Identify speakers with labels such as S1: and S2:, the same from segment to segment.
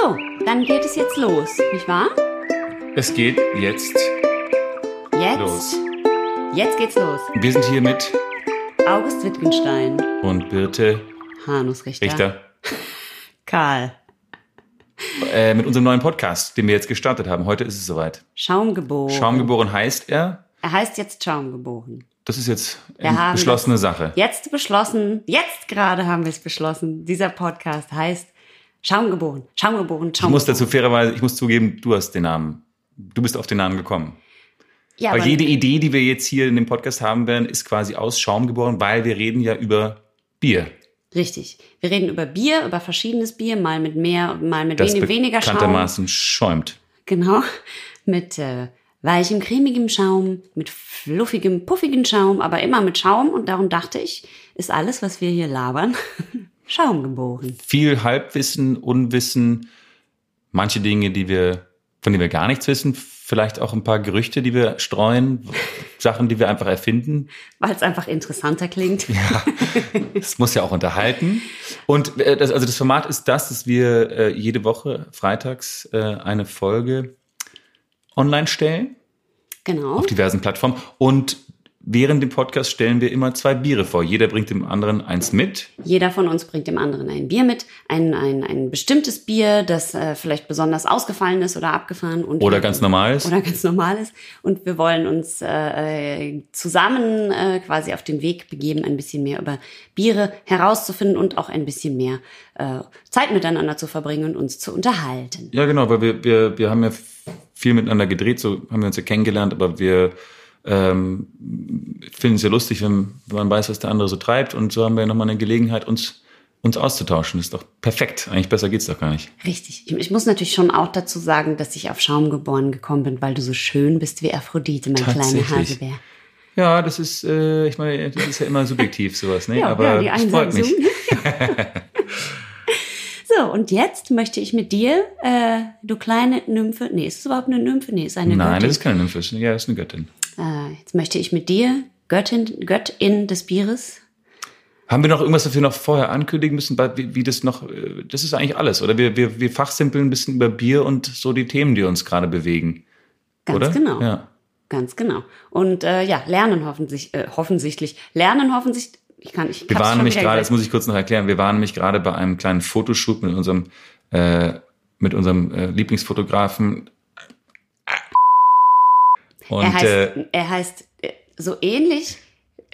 S1: So, dann geht es jetzt los, nicht wahr?
S2: Es geht jetzt
S1: Jetzt?
S2: los.
S1: Jetzt geht's los.
S2: Wir sind hier mit
S1: August Wittgenstein,
S2: und Birte
S1: Hanus Richter,
S2: Richter
S1: Karl,
S2: äh, mit unserem neuen Podcast, den wir jetzt gestartet haben. Heute ist es soweit.
S1: Schaumgeboren.
S2: Schaumgeboren heißt er.
S1: er heißt jetzt Schaumgeboren.
S2: Das ist jetzt
S1: Wir
S2: eine
S1: haben
S2: beschlossene Sache.
S1: Jetzt beschlossen, jetzt gerade haben wir es beschlossen, dieser Podcast heißt Schaumgeboren, Schaumgeboren, Schaumgeboren.
S2: Ich muss dazu fairerweise, ich muss zugeben, du hast den Namen. Du bist auf den Namen gekommen.
S1: ja,
S2: Weil jede Idee, die wir jetzt hier in dem Podcast haben werden, ist quasi aus Schaum geboren, weil wir reden ja über Bier.
S1: Richtig. Wir reden über Bier, über verschiedenes Bier, mal mit mehr, mal mit
S2: Das
S1: wenig, weniger Schaum.
S2: bekanntermaßen schäumt.
S1: Genau. Mit äh, weichem, cremigem Schaum, mit fluffigem, puffigem Schaum, aber immer mit Schaum. Und darum dachte ich, ist alles, was wir hier labern, Schaum geboren.
S2: Viel Halbwissen, Unwissen, manche Dinge, die wir, von denen wir gar nichts wissen, vielleicht auch ein paar Gerüchte, die wir streuen, Sachen, die wir einfach erfinden.
S1: Weil es einfach interessanter klingt.
S2: Es muss ja auch unterhalten. Und äh, das, also das Format ist das, dass wir äh, jede Woche freitags äh, eine Folge online stellen.
S1: Genau.
S2: auf diversen Plattformen. Und während dem Podcast stellen wir immer zwei Biere vor. Jeder bringt dem anderen eins mit.
S1: Jeder von uns bringt dem anderen ein Bier mit. Ein, ein, ein bestimmtes Bier, das äh, vielleicht besonders ausgefallen ist oder abgefahren. Und
S2: Oder ganz normales.
S1: oder ganz normal ist. Und wir wollen uns äh, äh, zusammen äh, quasi auf den Weg begeben, ein bisschen mehr über Biere herauszufinden und auch ein bisschen mehr äh, Zeit miteinander zu verbringen und uns zu unterhalten.
S2: Ja, genau, weil wir, wir, wir haben ja viel miteinander gedreht, so haben wir uns ja kennengelernt, aber wir ähm, finden es ja lustig, wenn, wenn man weiß, was der andere so treibt. Und so haben wir nochmal eine Gelegenheit, uns, uns auszutauschen. Ist doch perfekt. Eigentlich besser geht's doch gar nicht.
S1: Richtig. Ich, ich muss natürlich schon auch dazu sagen, dass ich auf Schaum geboren gekommen bin, weil du so schön bist wie Aphrodite, mein kleiner
S2: Tatsächlich.
S1: Hasebär.
S2: Ja, das ist, äh, ich meine, das ist ja immer subjektiv, sowas, ne? aber
S1: die
S2: es
S1: einen
S2: freut
S1: sagen
S2: mich.
S1: so. So, und jetzt möchte ich mit dir, äh, du kleine Nymphe, nee, ist es überhaupt eine Nymphe? Nee, ist eine
S2: Nein,
S1: Göttin.
S2: das ist keine Nymphe, das ist- ja, das ist eine Göttin.
S1: Äh, jetzt möchte ich mit dir, Göttin, Göttin des Bieres.
S2: Haben wir noch irgendwas, was wir noch vorher ankündigen müssen, weil wie, wie das noch, äh, das ist eigentlich alles, oder? Wir, wir, wir fachsimpeln ein bisschen über Bier und so die Themen, die uns gerade bewegen,
S1: Ganz
S2: oder?
S1: genau.
S2: Ja.
S1: Ganz genau. Und äh, ja, lernen hoffentlich, äh, hoffensichtlich. Lernen hoffentlich. Ich kann ich
S2: Wir
S1: hab's
S2: waren
S1: schon
S2: nämlich
S1: wieder
S2: gerade, das
S1: gesagt.
S2: muss ich kurz noch erklären, wir waren nämlich gerade bei einem kleinen Fotoshoot mit unserem, äh, mit unserem äh, Lieblingsfotografen. Und
S1: Er heißt,
S2: äh,
S1: er heißt äh, so ähnlich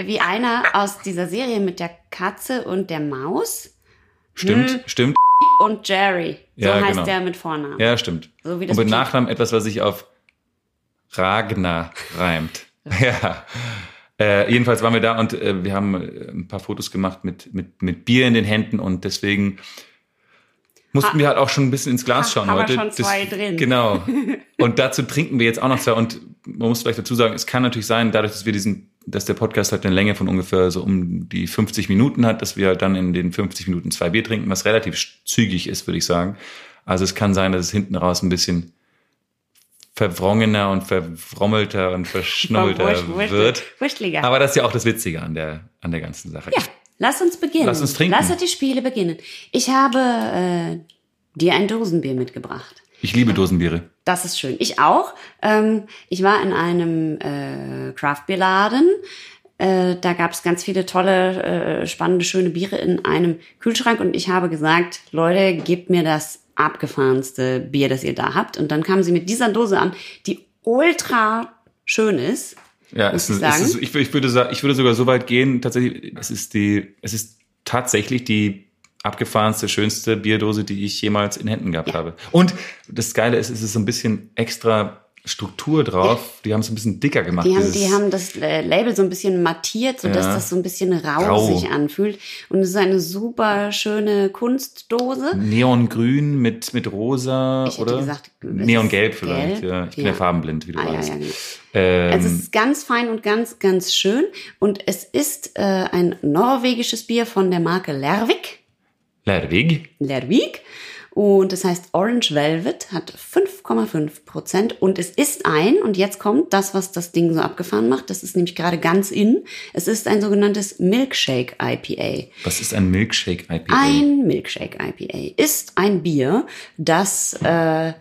S1: wie einer aus dieser Serie mit der Katze und der Maus
S2: stimmt,
S1: Hm.
S2: stimmt.
S1: und Jerry. So
S2: Ja,
S1: heißt
S2: genau.
S1: der mit Vornamen.
S2: Ja, stimmt.
S1: So wie das
S2: und mit
S1: Piep.
S2: Nachnamen etwas, was sich auf Ragnar reimt. ja. Äh, jedenfalls waren wir da und äh, wir haben äh, ein paar Fotos gemacht mit, mit, mit Bier in den Händen und deswegen mussten
S1: Ha-
S2: wir halt auch schon ein bisschen ins Glas
S1: Ha-
S2: schauen
S1: haben wir
S2: heute.
S1: schon zwei drin.
S2: Genau. Und dazu trinken wir jetzt auch noch zwei und man muss vielleicht dazu sagen, es kann natürlich sein, dadurch, dass wir diesen dass der Podcast halt eine Länge von ungefähr so um die 50 Minuten hat, dass wir halt dann in den 50 Minuten zwei Bier trinken, was relativ sch- zügig ist, würde ich sagen. Also es kann sein, dass es hinten raus ein bisschen verwrongener und verwrommelter und verschnubbelter
S1: Wurscht- Wurscht-
S2: äh, wird.
S1: Wurstliger.
S2: Aber das ist ja auch das Witzige an der, an der ganzen Sache.
S1: Ja, lass uns beginnen.
S2: Lass uns trinken.
S1: Lass die Spiele beginnen. Ich habe äh, dir ein Dosenbier mitgebracht.
S2: Ich liebe
S1: Genau.
S2: Dosenbiere.
S1: Das ist schön. Ich auch. Ähm, ich war in einem äh, Craftbierladen. Äh, da gab es ganz viele tolle, äh, spannende, schöne Biere in einem Kühlschrank und ich habe gesagt, Leute, gebt mir das abgefahrenste Bier, das ihr da habt. Und dann kamen sie mit dieser Dose an, die ultra schön ist.
S2: Ja,
S1: Muss
S2: es
S1: ich
S2: ist, es
S1: sagen?
S2: ist, ich, wür- ich, würde, sa- ich würde sogar so weit gehen, tatsächlich, es ist die, es ist tatsächlich die abgefahrenste, schönste Bierdose, die ich jemals in Händen gehabt habe. Und das Geile ist, es ist so ein bisschen extra Struktur drauf. Die haben es ein bisschen dicker gemacht.
S1: Die haben,
S2: dieses-
S1: die haben das äh, Label so ein bisschen mattiert, sodass
S2: Ja.
S1: das so ein bisschen rau
S2: Rau.
S1: sich anfühlt. Und es ist eine super schöne Kunstdose.
S2: Hm, Neongrün mit, mit rosa,
S1: Ich hätte
S2: oder?
S1: gesagt, es ist
S2: Neongelb vielleicht,
S1: gelb.
S2: ja. Ich bin
S1: Ja.
S2: ja, farbenblind, wie du
S1: Ah, ja,
S2: weißt.
S1: ja, genau.
S2: Ähm,
S1: Also es ist ganz fein und ganz, ganz schön. Und es ist äh, ein norwegisches Bier von der Marke Lervik.
S2: Lerwig.
S1: Lervik. Und das heißt Orange Velvet hat 5,5 Prozent und es ist ein, und jetzt kommt das, was das Ding so abgefahren macht, das ist nämlich gerade ganz in, es ist ein sogenanntes Milkshake IPA.
S2: Was ist ein Milkshake IPA?
S1: Ein Milkshake IPA ist ein Bier, das... Äh, wa-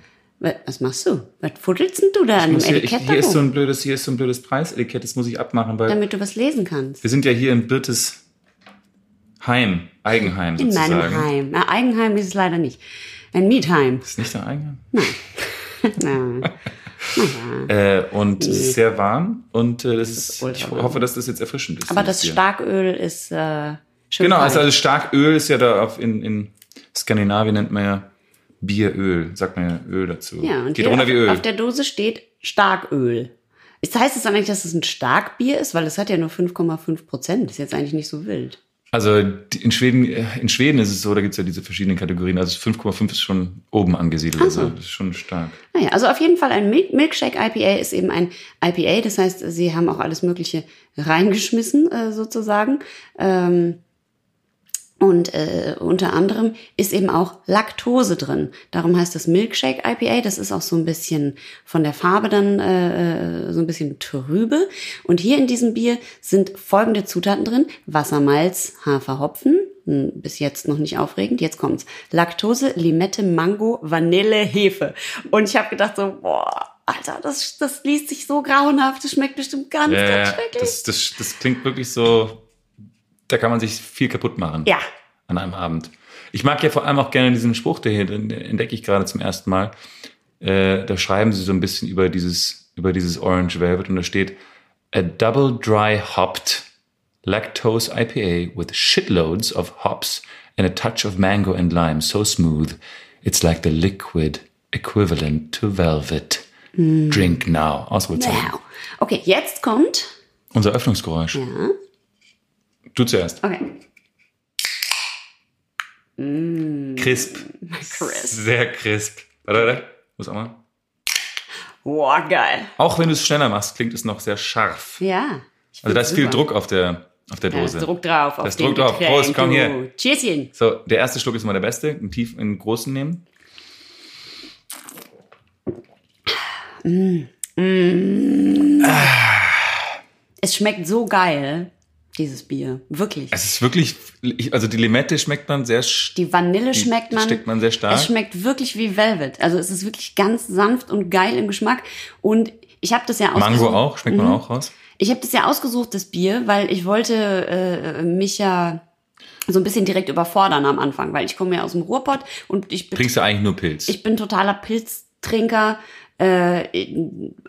S1: was machst du? Was fuddelst denn du da an dem
S2: Muss hier, ich,
S1: Etikett
S2: hier ist so
S1: herum,
S2: ein blödes, hier ist so ein blödes Preisetikett, das muss ich abmachen, weil
S1: damit du was lesen kannst?
S2: wir sind ja hier in Birtes Heim, Eigenheim
S1: In
S2: sozusagen.
S1: meinem Heim. Na, Eigenheim ist es leider nicht. Ein Mietheim.
S2: Ist nicht dein Eigenheim?
S1: Na,
S2: Äh, und es ist sehr warm und äh, das ist,
S1: ultra
S2: ich
S1: warm.
S2: hoffe, dass das jetzt erfrischend ist.
S1: aber das
S2: Bier.
S1: Starköl ist äh, schön.
S2: Genau, also,
S1: kalt.
S2: also Starköl ist ja da auf in, in Skandinavien nennt man ja Bieröl, sagt man ja Öl dazu.
S1: ja, und
S2: Geht
S1: hier
S2: runter
S1: auf,
S2: wie Öl.
S1: auf der Dose steht Starköl. Ist, heißt es eigentlich, dass es ein Starkbier ist? Weil es hat ja nur 5,5 Prozent. Ist jetzt eigentlich nicht so wild.
S2: Also die- in Schweden, äh, in Schweden ist es so, da gibt es ja diese verschiedenen Kategorien. Also 5,5 ist schon oben angesiedelt, also das ist schon stark.
S1: Naja, also auf jeden Fall ein Mil Milkshake IPA ist eben ein IPA. Das heißt, sie haben auch alles Mögliche reingeschmissen, äh, sozusagen. Ähm, Und äh, unter anderem ist eben auch Laktose drin. Darum heißt das Milkshake IPA. Das ist auch so ein bisschen von der Farbe dann äh, so ein bisschen trübe. Und hier in diesem Bier sind folgende Zutaten drin. Wassermalz, Hafer, Hopfen. Hm, Bis jetzt noch nicht aufregend. Jetzt kommt's. Laktose, Limette, Mango, Vanille, Hefe. Und ich habe gedacht so, boah, Alter, das, das liest sich so grauenhaft. Das schmeckt bestimmt ganz,
S2: Äh,
S1: ganz schrecklich.
S2: das, das, das klingt wirklich so, da kann man sich viel kaputt machen.
S1: ja,
S2: an einem Abend. Ich mag ja vor allem auch gerne diesen Spruch, der hier, den entdecke ich gerade zum ersten Mal. Äh, da schreiben sie so ein bisschen über dieses, über dieses Orange Velvet und da steht A double dry hopped lactose IPA with shitloads of hops and a touch of mango and lime so smooth it's like the liquid equivalent to velvet.
S1: Mm.
S2: Drink now. Ausrufezeichen.
S1: wow. Okay, jetzt kommt...
S2: Unser Öffnungsgeräusch. Du zuerst.
S1: Okay. Mhm.
S2: Crisp.
S1: Chris.
S2: Sehr crisp. Warte, warte. Muss auch mal.
S1: Boah, geil.
S2: Auch wenn du es schneller machst, klingt es noch sehr scharf.
S1: Ja. Ich
S2: Also da ist
S1: find's
S2: viel
S1: super.
S2: Druck auf der, auf der
S1: Da ist
S2: Dose.
S1: Druck drauf. Auf
S2: ist
S1: den
S2: Druck drauf.
S1: Getränk,
S2: Prost, komm
S1: du.
S2: hier.
S1: Cheerchen.
S2: So, der erste Schluck ist immer der beste. Einen tief, einen großen nehmen.
S1: Es schmeckt so geil, dieses Bier. Wirklich.
S2: Es ist wirklich, ich- also die Limette schmeckt man sehr stark.
S1: Die Vanille schmeckt man.
S2: Steckt man sehr stark.
S1: Es schmeckt wirklich wie Velvet. Also es ist wirklich ganz sanft und geil im Geschmack. Und ich habe das ja ausgesucht.
S2: Mango auch, schmeckt
S1: Mhm.
S2: man auch raus.
S1: Ich habe das ja ausgesucht, das Bier, weil ich wollte äh, mich ja so ein bisschen direkt überfordern am Anfang, weil ich komme ja aus dem Ruhrpott und ich
S2: Trinkst du eigentlich nur Pilz?
S1: ich bin totaler Pilztrinker. Äh,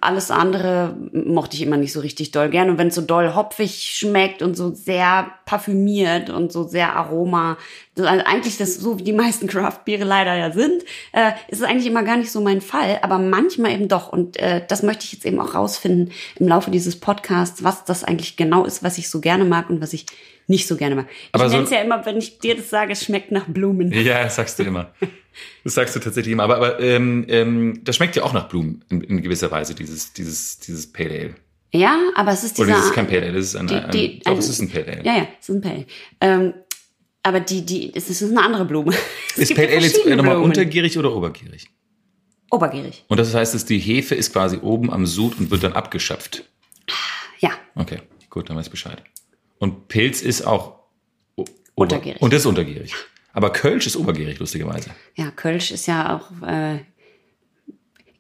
S1: alles andere mochte ich immer nicht so richtig doll gern. Und wenn es so doll hopfig schmeckt und so sehr parfümiert und so sehr Aroma, so, also eigentlich das so wie die meisten Craft-Biere leider ja sind, äh, ist es eigentlich immer gar nicht so mein Fall, aber manchmal eben doch. Und äh, das möchte ich jetzt eben auch rausfinden im Laufe dieses Podcasts, was das eigentlich genau ist, was ich so gerne mag und was ich nicht so gerne mag. Ich
S2: Aber so-
S1: nenne es ja immer, wenn ich dir das sage, es schmeckt nach Blumen.
S2: Ja, das sagst du immer. Das sagst du tatsächlich immer. Aber, aber ähm, ähm, das schmeckt ja auch nach Blumen in, in gewisser Weise, dieses, dieses, dieses Pale Ale.
S1: Ja, aber es ist
S2: Oder
S1: dieser...
S2: dieses ist kein Pale Ale, das ist ein,
S1: die-
S2: ein,
S1: die-
S2: doch,
S1: ein-
S2: es ist ein Pale Ale.
S1: Ja, ja, es ist ein Pale. Ähm, aber die, die, es ist eine andere Blume. Es
S2: ist
S1: gibt ja
S2: Pale Ale jetzt
S1: verschiedene
S2: nochmal
S1: Blumen.
S2: untergierig oder obergierig?
S1: Obergierig.
S2: Und das heißt, dass die Hefe ist quasi oben am Sud und wird dann abgeschöpft.
S1: Ja,
S2: Okay, gut, dann weiß ich Bescheid. Und Pilz ist auch o-
S1: Untergierig.
S2: Und ist untergierig. Aber Kölsch ist obergierig, lustigerweise.
S1: ja, Kölsch ist ja auch. Äh,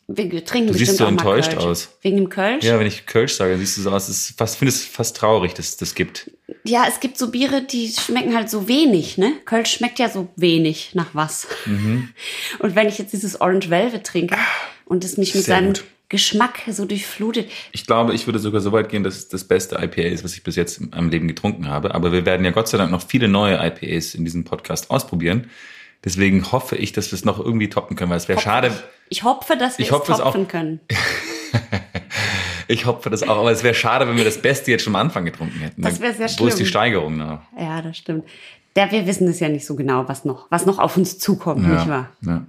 S1: wir trinken
S2: Du
S1: bestimmt
S2: siehst so
S1: auch mal
S2: enttäuscht
S1: Kölsch.
S2: aus.
S1: Wegen dem Kölsch?
S2: Ja, wenn ich Kölsch sage, dann siehst du so aus, das ist fast, findest fast traurig, dass es das gibt.
S1: Ja, es gibt so Biere, die schmecken halt so wenig, ne? Kölsch schmeckt ja so wenig nach was.
S2: Mhm.
S1: Und wenn ich jetzt dieses Orange Velvet trinke und es mich mit
S2: Sehr
S1: seinem
S2: gut.
S1: Geschmack so durchflutet,
S2: Ich glaube, ich würde sogar so weit gehen, dass es das beste IPA ist, was ich bis jetzt in meinem Leben getrunken habe. Aber wir werden ja Gott sei Dank noch viele neue IPAs in diesem Podcast ausprobieren. Deswegen hoffe ich, dass wir es noch irgendwie toppen können, weil es wäre schade,
S1: ich hoffe, dass wir
S2: Ich
S1: es
S2: hoffe es auch.
S1: topfen können.
S2: Ich hoffe das auch, aber es wäre schade, wenn wir das Beste jetzt schon am Anfang getrunken hätten.
S1: Das wäre sehr
S2: Wo ist die
S1: schlimm.
S2: Steigerung noch?
S1: Ja, das stimmt. Da, wir wissen es ja nicht so genau, was noch, was noch auf uns zukommt, nicht wahr?
S2: ja.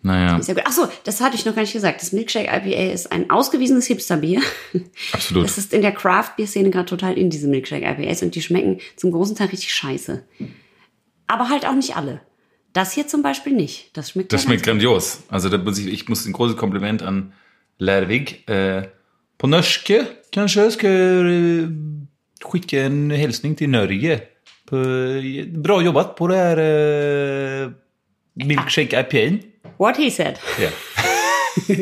S2: Naja,
S1: Sehr gut. Ach so, das hatte ich noch gar nicht gesagt. Das Milkshake IPA ist ein ausgewiesenes Hipsterbier.
S2: absolut.
S1: Das ist in der Craft Beer Szene gerade total in diese Milkshake IPAs und die schmecken zum großen Teil richtig scheiße. Aber halt auch nicht alle. Das hier zum Beispiel nicht. Das schmeckt
S2: Das
S1: ja
S2: schmeckt
S1: ganz
S2: grandios. Also da muss ich, ich muss ein großes Kompliment an Lervig. Eh, på norske kanske jag ska eh, skicka en hälsning till Norge. På, bra jobbat på det här eh, milkshake IPA'n.
S1: gut. What he said.
S2: Ja.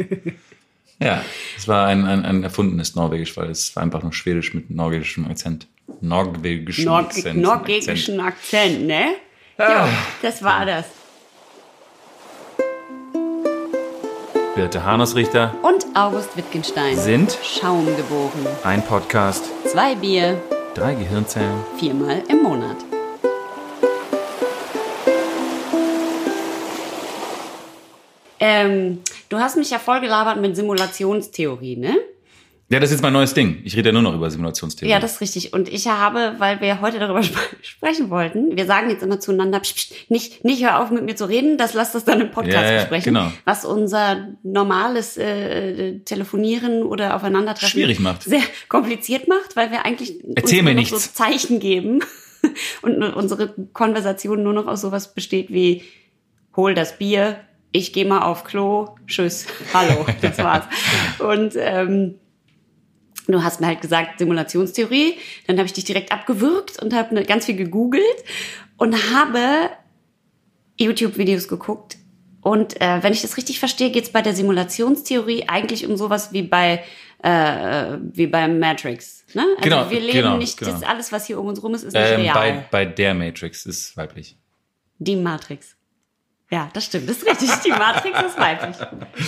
S2: ja, es war ein, ein, ein erfundenes Norwegisch, weil es war einfach nur Schwedisch mit norwegischem Akzent. Norwegischen
S1: Nor
S2: Akzent. Ah.
S1: norwegischen Akzent, ne? Ja, das war das.
S2: Akzent. Birte Hanusrichter
S1: Und August Wittgenstein.
S2: sind
S1: Schaum geboren.
S2: ein Podcast,
S1: Zwei Bier,
S2: drei Gehirnzellen.
S1: viermal im Monat. Ähm, du hast mich ja vollgelabert mit Simulationstheorie, ne?
S2: Ja, das ist jetzt mein neues Ding. Ich rede ja nur noch über Simulationstheorie.
S1: Ja, das ist richtig. Und ich habe, weil wir heute darüber sp sprechen wollten, wir sagen jetzt immer zueinander, psch, psch, nicht, nicht hör auf mit mir zu reden, das lass das dann im Podcast
S2: Ja, ja,
S1: besprechen.
S2: genau.
S1: Was unser normales äh, Telefonieren oder Aufeinandertreffen
S2: Schwierig macht.
S1: sehr kompliziert macht, weil wir eigentlich
S2: Erzähl
S1: uns
S2: mir
S1: nur noch
S2: nichts.
S1: so Zeichen geben und nur- unsere Konversation nur noch aus sowas besteht wie hol das Bier, ich gehe mal auf Klo, tschüss, hallo, das war's. Und ähm, Du hast mir halt gesagt, Simulationstheorie. Dann habe ich dich direkt abgewürgt und habe ne- ganz viel gegoogelt und habe YouTube-Videos geguckt. Und äh, wenn ich das richtig verstehe, geht es bei der Simulationstheorie eigentlich um sowas wie bei äh, wie bei Matrix. Ne? Also
S2: Genau,
S1: wir leben
S2: genau,
S1: nicht,
S2: genau.
S1: Das, alles, was hier um uns rum ist, ist nicht
S2: ähm,
S1: real.
S2: bei, bei der Matrix ist weiblich.
S1: Die Matrix. Ja, das stimmt, das ist richtig. Die Matrix ist weiblich.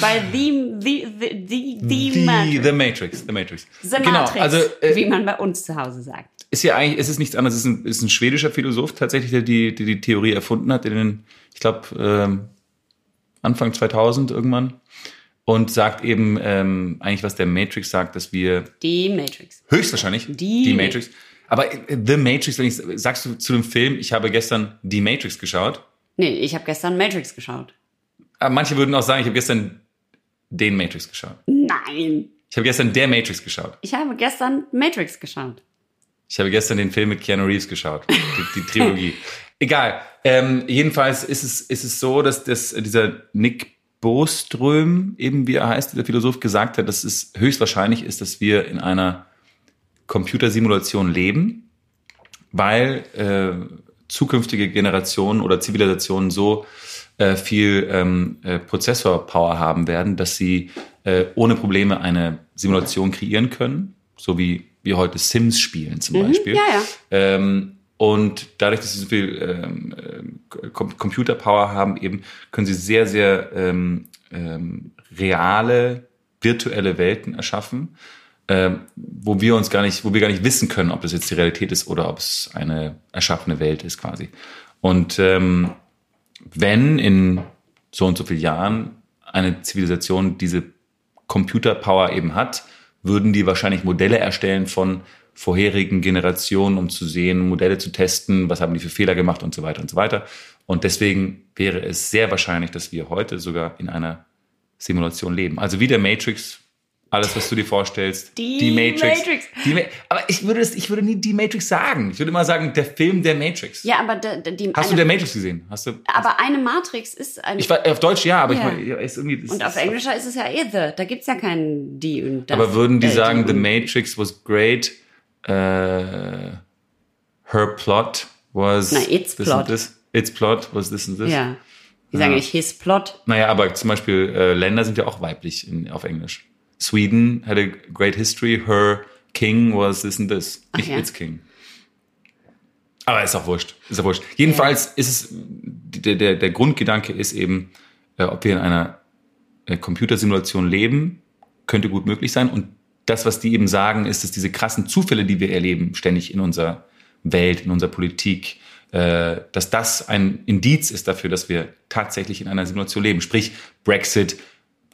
S1: Bei The, the, the, the, the, Matrix.
S2: The Matrix. The Matrix.
S1: The
S2: genau,
S1: Matrix,
S2: also äh,
S1: wie man bei uns zu Hause sagt.
S2: ist ja eigentlich, es ist nichts anderes. Es ist ein, ist ein schwedischer Philosoph tatsächlich, der die, die, die Theorie erfunden hat, in den, ich glaube, ähm, Anfang 2000 irgendwann. Und sagt eben ähm, eigentlich, was der Matrix sagt, dass wir
S1: Die Matrix.
S2: höchstwahrscheinlich
S1: Die-
S2: die Matrix. Aber äh, The Matrix, wenn ich, sagst du zu dem Film, ich habe gestern die Matrix geschaut.
S1: Nee, ich habe gestern Matrix geschaut.
S2: Aber Ah, manche würden auch sagen, ich habe gestern den Matrix geschaut.
S1: Nein.
S2: Ich habe gestern der Matrix geschaut.
S1: Ich habe gestern Matrix geschaut.
S2: Ich habe gestern den Film mit Keanu Reeves geschaut. Die, die Trilogie. Egal. Ähm, jedenfalls ist es, ist es so, dass das, dieser Nick Boström, eben wie er heißt, dieser Philosoph, gesagt hat, dass es höchstwahrscheinlich ist, dass wir in einer Computersimulation leben, weil äh, zukünftige Generationen oder Zivilisationen so äh, viel ähm, äh, Prozessorpower haben werden, dass sie äh, ohne Probleme eine Simulation kreieren können, so wie wir heute Sims spielen zum Beispiel.
S1: Mhm. ja, ja.
S2: Ähm, und dadurch, dass sie so viel ähm, äh, Com Computerpower haben, eben können sie sehr, sehr ähm, ähm, reale virtuelle Welten erschaffen, ähm, wo wir uns gar nicht, wo wir gar nicht wissen können, ob das jetzt die Realität ist oder ob es eine erschaffene Welt ist quasi. Und ähm, wenn in so und so vielen Jahren eine Zivilisation diese Computerpower eben hat, würden die wahrscheinlich Modelle erstellen von vorherigen Generationen, um zu sehen, Modelle zu testen, was haben die für Fehler gemacht und so weiter und so weiter. Und deswegen wäre es sehr wahrscheinlich, dass wir heute sogar in einer Simulation leben. Also wie der Matrix, alles, was du dir vorstellst.
S1: Die Matrix.
S2: Die Ma Aber ich würde, es, ich würde nie die Matrix sagen. Ich würde immer sagen, der Film der Matrix.
S1: Ja, Also aber de, de, die,
S2: Hast du
S1: eine,
S2: der Matrix gesehen? Hast du?
S1: aber eine Matrix ist ein.
S2: Ich war auf Deutsch ja, aber
S1: Ja.
S2: ich meine, ja, ist irgendwie. Ist,
S1: und auf Englischer ist es ja eh the. Da gibt's ja keinen die und das.
S2: Aber würden die
S1: äh,
S2: sagen,
S1: die
S2: The
S1: und-
S2: Matrix was great, äh, her plot was
S1: Na, its
S2: this
S1: plot.
S2: and this, its plot was this and this.
S1: Ja. Die sagen
S2: Ja.
S1: nicht his plot.
S2: Naja, aber zum Beispiel äh, Länder sind ja auch weiblich in, auf Englisch. Sweden had a great history, her king was this and this, nicht
S1: ja.
S2: its king. Aber ist auch wurscht, ist auch wurscht. Jedenfalls ist es, der, der, der Grundgedanke ist eben, äh, ob wir in einer äh, Computersimulation leben, könnte gut möglich sein. Und das, was die eben sagen, ist, dass diese krassen Zufälle, die wir erleben, ständig in unserer Welt, in unserer Politik, äh, dass das ein Indiz ist dafür, dass wir tatsächlich in einer Simulation leben. Sprich Brexit,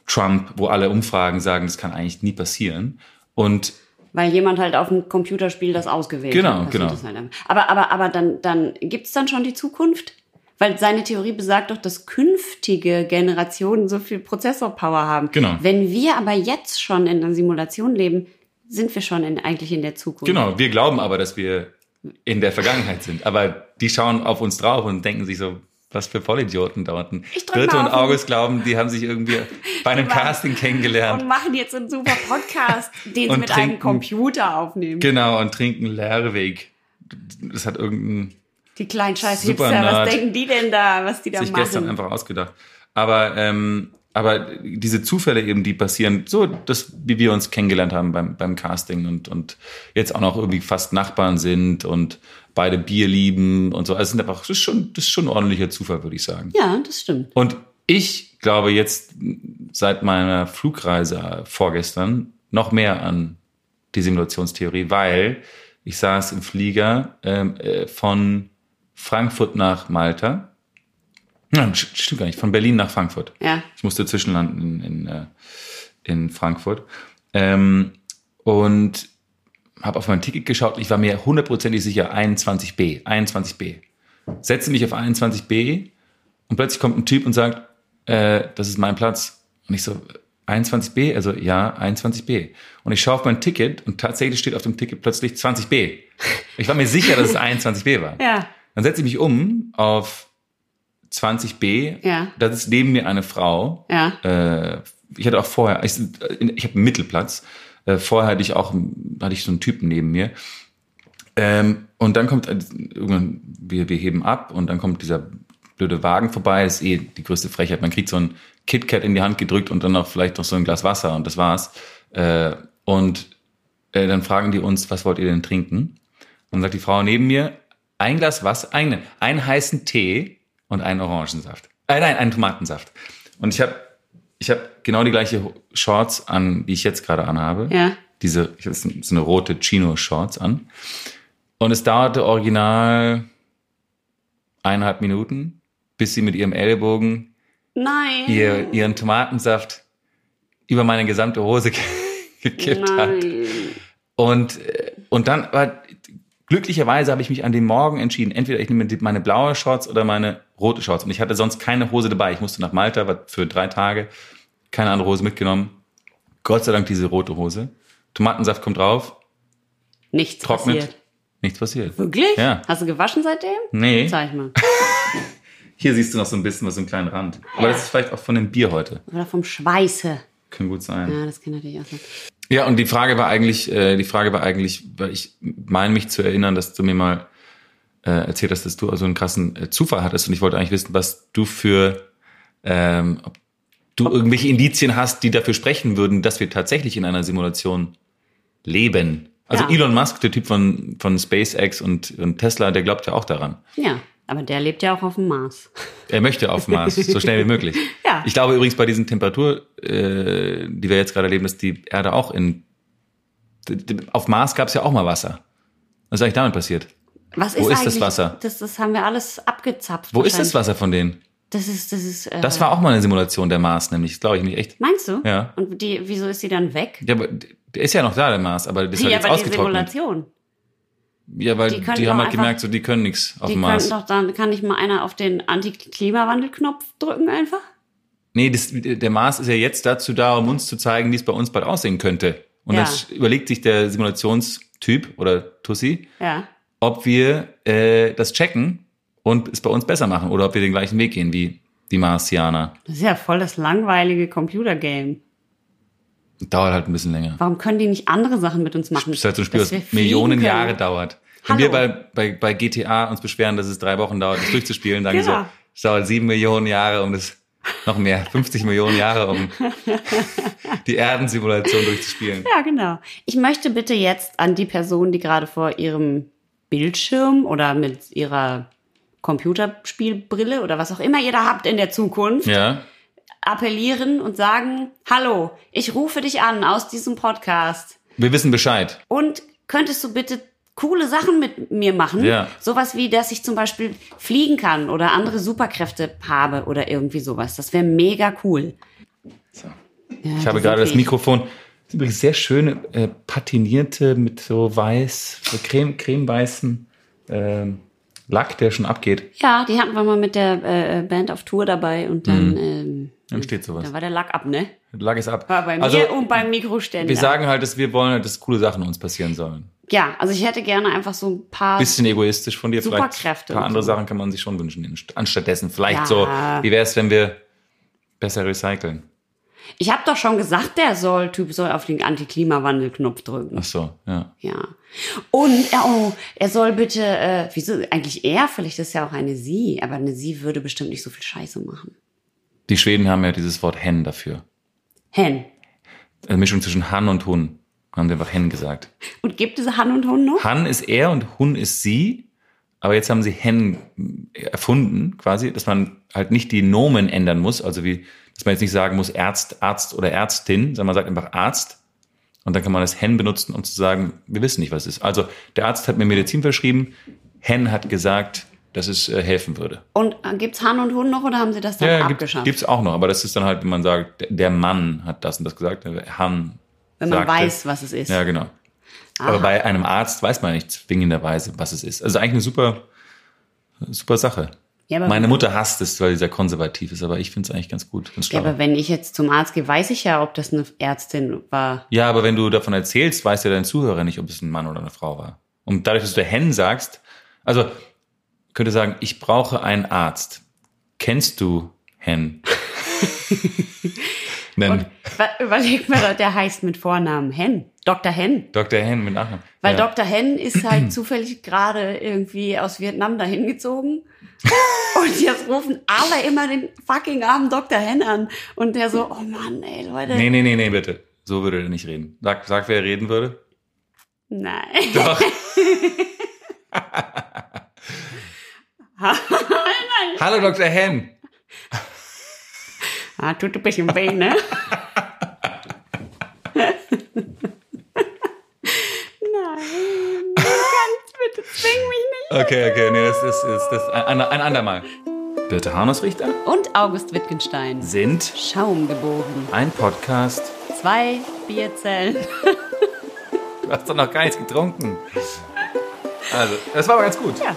S2: Trump, wo alle Umfragen sagen, das kann eigentlich nie passieren. Und
S1: Weil jemand halt auf dem Computerspiel das ausgewählt
S2: Genau,
S1: hat. passiert
S2: genau.
S1: das Halt einfach. aber aber, aber dann, dann gibt's dann schon die Zukunft? Weil seine Theorie besagt doch, dass künftige Generationen so viel Prozessorpower haben.
S2: Genau.
S1: Wenn wir aber jetzt schon in einer Simulation leben, sind wir schon in, eigentlich in der Zukunft.
S2: genau, wir glauben aber, dass wir in der Vergangenheit sind. Aber die schauen auf uns drauf und denken sich so, Was für Vollidioten dauerten.
S1: Ich drück
S2: Birte
S1: mal
S2: und
S1: auf den-
S2: August glauben, die haben sich irgendwie bei einem
S1: Die waren-
S2: Casting kennengelernt.
S1: Und machen jetzt einen super Podcast, den sie
S2: Und
S1: mit einem
S2: trinken.
S1: Computer aufnehmen.
S2: Genau, und trinken Lerweg. Das hat irgendein
S1: die kleinen scheiß
S2: Super
S1: Hipster, was
S2: Nerd.
S1: denken die denn da, was die da
S2: sich gestern
S1: machen?
S2: einfach ausgedacht. Aber, ähm, aber diese Zufälle eben, die passieren, so das, wie wir uns kennengelernt haben beim, beim Casting und, und jetzt auch noch irgendwie fast Nachbarn sind und beide Bier lieben und so. Also es sind einfach, das ist schon, das ist schon ein ordentlicher Zufall, würde ich sagen.
S1: Ja, das stimmt.
S2: Und ich glaube jetzt seit meiner Flugreise vorgestern noch mehr an die Simulationstheorie, weil ich saß im Flieger ähm, äh, von Frankfurt nach Malta. Nein, st- stimmt gar nicht, von Berlin nach Frankfurt.
S1: Ja.
S2: Ich musste zwischenlanden in, in, äh, in Frankfurt. Ähm, und habe auf mein Ticket geschaut. Ich war mir hundertprozentig sicher, 21b, 21b. Setze mich auf 21b und plötzlich kommt ein Typ und sagt, äh, das ist mein Platz. Und ich so, 21b? Also ja, 21b. Und ich schaue auf mein Ticket und tatsächlich steht auf dem Ticket plötzlich 20b. Ich war mir sicher, dass es 21b war.
S1: Ja.
S2: Dann setze ich mich um auf 20b.
S1: Ja.
S2: Da sitzt neben mir eine Frau.
S1: Ja.
S2: Äh, ich hatte auch vorher, ich, ich habe einen Mittelplatz. Äh, vorher hatte ich auch hatte ich so einen Typen neben mir. Ähm, und dann kommt ein- irgendwann, wir, wir heben ab und dann kommt dieser blöde Wagen vorbei. Das ist eh die größte Frechheit. Man kriegt so ein KitKat in die Hand gedrückt und dann noch vielleicht noch so ein Glas Wasser und das war's. Äh, und äh, dann fragen die uns, was wollt ihr denn trinken? Und dann sagt die Frau neben mir, ein Glas Wasser, einen, einen heißen Tee und einen Orangensaft. Äh, nein, einen Tomatensaft. Und ich habe ich hab genau die gleiche Shorts an, die ich jetzt gerade anhabe.
S1: Ja.
S2: Diese, ich habe so so eine rote Chino-Shorts an. Und es dauerte original eineinhalb Minuten, bis sie mit ihrem Ellbogen
S1: Nein.
S2: ihr, ihren Tomatensaft über meine gesamte Hose ge- gekippt hat.
S1: Nein.
S2: Und, äh, und dann, aber glücklicherweise habe ich mich an dem Morgen entschieden, entweder ich nehme die- meine blaue Shorts oder meine rote Shorts. Und ich hatte sonst keine Hose dabei. Ich musste nach Malta, war für drei Tage, keine andere Hose mitgenommen. Gott sei Dank diese rote Hose. Tomatensaft kommt drauf,
S1: Nichts
S2: trocknet,
S1: passiert.
S2: nichts passiert.
S1: Wirklich?
S2: Ja.
S1: Hast du gewaschen seitdem?
S2: Nee,
S1: Zeig mal.
S2: hier siehst du noch so ein bisschen was, so einen kleinen Rand. Aber das ist vielleicht auch von dem Bier heute.
S1: Oder vom Schweiße.
S2: Kann gut sein.
S1: Ja, das kann natürlich auch sein.
S2: Ja, und die Frage war eigentlich, äh, die Frage war eigentlich, weil ich meine mich zu erinnern, dass du mir mal äh, erzählt hast, dass du so einen krassen äh, Zufall hattest und ich wollte eigentlich wissen, was du für, ähm, ob du irgendwelche Indizien hast, die dafür sprechen würden, dass wir tatsächlich in einer Simulation leben. Also
S1: Ja.
S2: Elon Musk, der Typ von, von SpaceX und, und Tesla, der glaubt ja auch daran.
S1: Ja, aber der lebt ja auch auf dem Mars.
S2: Er möchte auf dem Mars, so schnell wie möglich.
S1: Ja.
S2: Ich glaube übrigens bei diesen Temperatur, äh, die wir jetzt gerade erleben, dass die Erde auch in. d- d- Auf Mars gab es ja auch mal Wasser. Was ist eigentlich damit passiert?
S1: Was
S2: Wo
S1: ist,
S2: ist das
S1: eigentlich-
S2: Wasser?
S1: Das, das haben wir alles abgezapft.
S2: Wo ist das
S1: wahrscheinlich.
S2: Wasser von denen?
S1: Das ist, das ist. Äh,
S2: Das war auch mal eine Simulation der Mars, nämlich, das glaube ich nicht echt.
S1: Meinst du?
S2: Ja.
S1: Und die, wieso ist die dann weg?
S2: Ja, aber d- der ist ja noch da, der Mars, aber das ist
S1: Ja,
S2: halt jetzt
S1: aber die
S2: ausgetrocknet.
S1: Simulation.
S2: Ja, weil
S1: die
S2: die,
S1: können
S2: haben
S1: doch
S2: halt
S1: einfach-
S2: gemerkt, so die können nichts auf
S1: Die
S2: dem Mars.
S1: könnten doch dann, kann nicht mal einer auf den Anti-Klimawandel-Knopf drücken einfach?
S2: Nee, das, der Mars ist ja jetzt dazu da, um uns zu zeigen, wie es bei uns bald aussehen könnte. Und
S1: Ja.
S2: dann überlegt sich der Simulationstyp oder Tussi,
S1: Ja.
S2: ob wir äh, das checken und es bei uns besser machen oder ob wir den gleichen Weg gehen wie die Marsianer.
S1: Das ist ja voll das langweilige Computergame.
S2: Dauert halt ein bisschen länger.
S1: Warum können die nicht andere Sachen mit uns machen?
S2: Das ist halt so ein Spiel,
S1: Dass wir
S2: das
S1: fliegen
S2: Millionen
S1: können.
S2: Jahre dauert. Wenn
S1: Hallo.
S2: wir bei, bei, bei GTA uns beschweren, dass es drei Wochen dauert, das durchzuspielen, dann
S1: Ja.
S2: so, es dauert sieben Millionen Jahre, um das, noch mehr, 50 Millionen Jahre, um die Erdensimulation durchzuspielen.
S1: Ja, genau. Ich möchte bitte jetzt an die Person, die gerade vor ihrem Bildschirm oder mit ihrer Computerspielbrille oder was auch immer ihr da habt in der Zukunft
S2: Ja,
S1: appellieren und sagen, hallo, ich rufe dich an aus diesem Podcast
S2: wir wissen Bescheid.
S1: und könntest du bitte coole Sachen mit mir machen?
S2: Ja.
S1: Sowas wie, dass ich zum Beispiel fliegen kann oder andere Superkräfte habe oder irgendwie sowas. Das wäre mega cool. Ja,
S2: Ich habe
S1: die
S2: gerade
S1: sind
S2: das
S1: wie ich.
S2: Mikrofon. Das ist übrigens sehr schöne äh, patinierte mit so weiß, so creme, cremeweißen ähm, Lack, der schon abgeht.
S1: Ja, die hatten wir mal mit der äh, Band auf Tour dabei und dann,
S2: Mhm.
S1: ähm,
S2: Dann steht sowas.
S1: dann war der Lack ab, ne?
S2: Lack ist ab.
S1: War bei
S2: also,
S1: mir und beim Mikroständer.
S2: wir sagen halt, dass wir wollen, dass coole Sachen uns passieren sollen.
S1: ja, also ich hätte gerne einfach so ein paar.
S2: Bisschen egoistisch von dir vielleicht.
S1: Superkräfte
S2: Ein paar
S1: und
S2: andere
S1: so.
S2: Sachen kann man sich schon wünschen. in- Anstattdessen vielleicht
S1: Ja.
S2: so, wie wäre es, wenn wir besser recyceln?
S1: Ich habe doch schon gesagt, der soll Typ soll auf den Antiklimawandel-Knopf drücken.
S2: Ach so, ja.
S1: Ja. Und er, oh, er soll bitte, äh, wieso eigentlich er? Vielleicht ist ja auch eine sie, aber eine sie würde bestimmt nicht so viel Scheiße machen.
S2: Die Schweden haben ja dieses Wort Hen dafür.
S1: Hen.
S2: Eine Mischung zwischen Han und Hun. Haben sie einfach Hen gesagt.
S1: Und gibt es Han und Hun noch?
S2: Han ist er und Hun ist sie. Aber jetzt haben sie Hen erfunden, quasi, dass man halt nicht die Nomen ändern muss. Also wie, dass man jetzt nicht sagen muss Ärzt, Arzt oder Ärztin, sondern man sagt einfach Arzt. Und dann kann man das Hen benutzen, um zu sagen, wir wissen nicht, was es ist. Also der Arzt hat mir Medizin verschrieben. Hen hat gesagt, dass es äh, helfen würde.
S1: Und äh, gibt's Han und Hun noch oder haben sie das dann
S2: Ja, gibt,
S1: abgeschafft?
S2: gibt's auch noch. Aber das ist dann halt, wenn man sagt, der- der Mann hat das und das gesagt. der Han.
S1: Wenn man
S2: sagte.
S1: weiß, was es ist.
S2: Ja, genau. Aber bei einem Arzt weiß man nicht zwingenderweise, was es ist. Also eigentlich eine super, super Sache.
S1: Ja, aber-
S2: Meine Mutter hasst es, weil sie sehr konservativ ist, aber ich finde es eigentlich ganz gut. Ganz
S1: ja,
S2: schlau.
S1: aber wenn ich jetzt zum Arzt gehe, weiß ich ja, ob das eine Ärztin war.
S2: ja, aber wenn du davon erzählst, weiß ja dein Zuhörer nicht, ob es ein Mann oder eine Frau war. Und dadurch, dass du Hen sagst, also könnte sagen, ich brauche einen Arzt. Kennst du Hen? Nein,
S1: Wa- Überleg mal, der heißt mit Vornamen Hen. Dr. Hen.
S2: Dr. Hen mit Nachnamen.
S1: Weil
S2: ja.
S1: Dr. Hen ist halt zufällig gerade irgendwie aus Vietnam dahin gezogen. Und jetzt rufen alle immer den fucking armen Dr. Hen an. Und der so, oh Mann, ey, Leute.
S2: Nee, nee, nee, nee, bitte. So würde er nicht reden. Sag, sag wer reden würde.
S1: Nein.
S2: Doch. Hallo Dr. Hen.
S1: Ah, tut ein bisschen weh, ne? Nein, du kannst bitte, zwing mich nicht.
S2: Okay, okay, nee, das ist, ist das ein, ein andermal. Birte Harnus-Richter
S1: Und August Wittgenstein.
S2: sind
S1: Schaum gebogen.
S2: ein Podcast.
S1: Zwei Bierzellen.
S2: Du hast doch noch gar nichts getrunken. Also, das war aber ganz gut.
S1: Ja.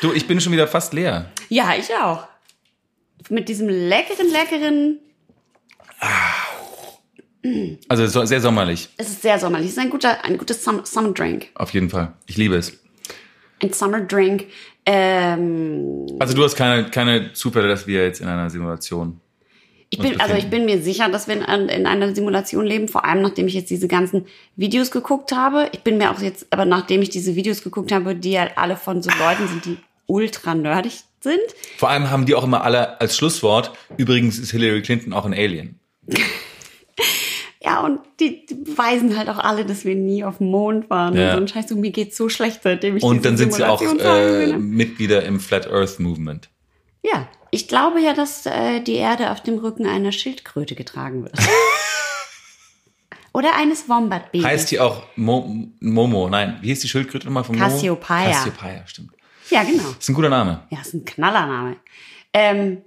S2: Du, ich bin schon wieder fast leer.
S1: Ja, ich auch. Mit diesem leckeren, leckeren.
S2: Also so, sehr sommerlich,
S1: Es ist sehr sommerlich. Es ist ein guter, ein gutes Sum Summer Drink.
S2: auf jeden Fall. Ich liebe es.
S1: Ein Summer Drink. Ähm,
S2: Also du hast keine, keine Zufälle, dass wir jetzt in einer Simulation.
S1: ich
S2: Uns
S1: bin, also ich
S2: befinden.
S1: bin mir sicher, dass wir in, an- in einer Simulation leben. Vor allem, nachdem ich jetzt diese ganzen Videos geguckt habe. Ich bin mir auch jetzt, aber nachdem ich diese Videos geguckt habe, die ja alle von so Leuten sind, die ultra nerdig sind.
S2: Vor allem haben die auch immer alle als Schlusswort, übrigens ist Hillary Clinton auch ein Alien.
S1: Ja, und die, die weisen halt auch alle, dass wir nie auf dem Mond waren.
S2: Ja.
S1: Und so ein Scheiß, und mir geht's so schlecht, seitdem ich
S2: Und
S1: diese
S2: dann sind sie auch
S1: Simulation ne? vor allem gesehen
S2: äh,
S1: habe.
S2: Mitglieder im Flat Earth Movement.
S1: Ja, ich glaube ja, dass äh, die Erde auf dem Rücken einer Schildkröte getragen wird. Oder eines Wombatbabys.
S2: Heißt die auch Mo Momo? Nein, wie hieß die Schildkröte nochmal von Momo?
S1: Cassiopeia.
S2: Cassiopeia, stimmt.
S1: Ja, genau.
S2: Ist ein guter Name.
S1: Ja, ist ein Knallername. Ähm,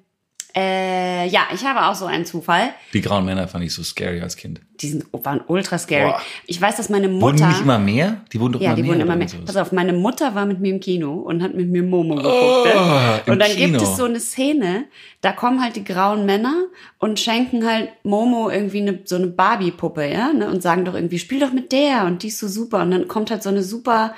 S1: äh, ja, ich habe auch so einen Zufall.
S2: Die grauen Männer fand ich so scary als Kind.
S1: Die sind, oh, waren ultra scary.
S2: Boah.
S1: Ich weiß, dass meine
S2: Wurden
S1: Mutter...
S2: nicht immer mehr? Die wurden doch
S1: ja,
S2: immer
S1: die
S2: mehr.
S1: wurden immer
S2: oder
S1: mehr.
S2: sowas.
S1: Pass auf, meine Mutter war mit mir im Kino und hat mit mir Momo geguckt. ne?
S2: Oh, im
S1: und dann
S2: Kino.
S1: gibt es so eine Szene, da kommen halt die grauen Männer und schenken halt Momo irgendwie eine, so eine Barbie-Puppe, ja, ne? und sagen doch irgendwie, spiel doch mit der und die ist so super. Und dann kommt halt so eine super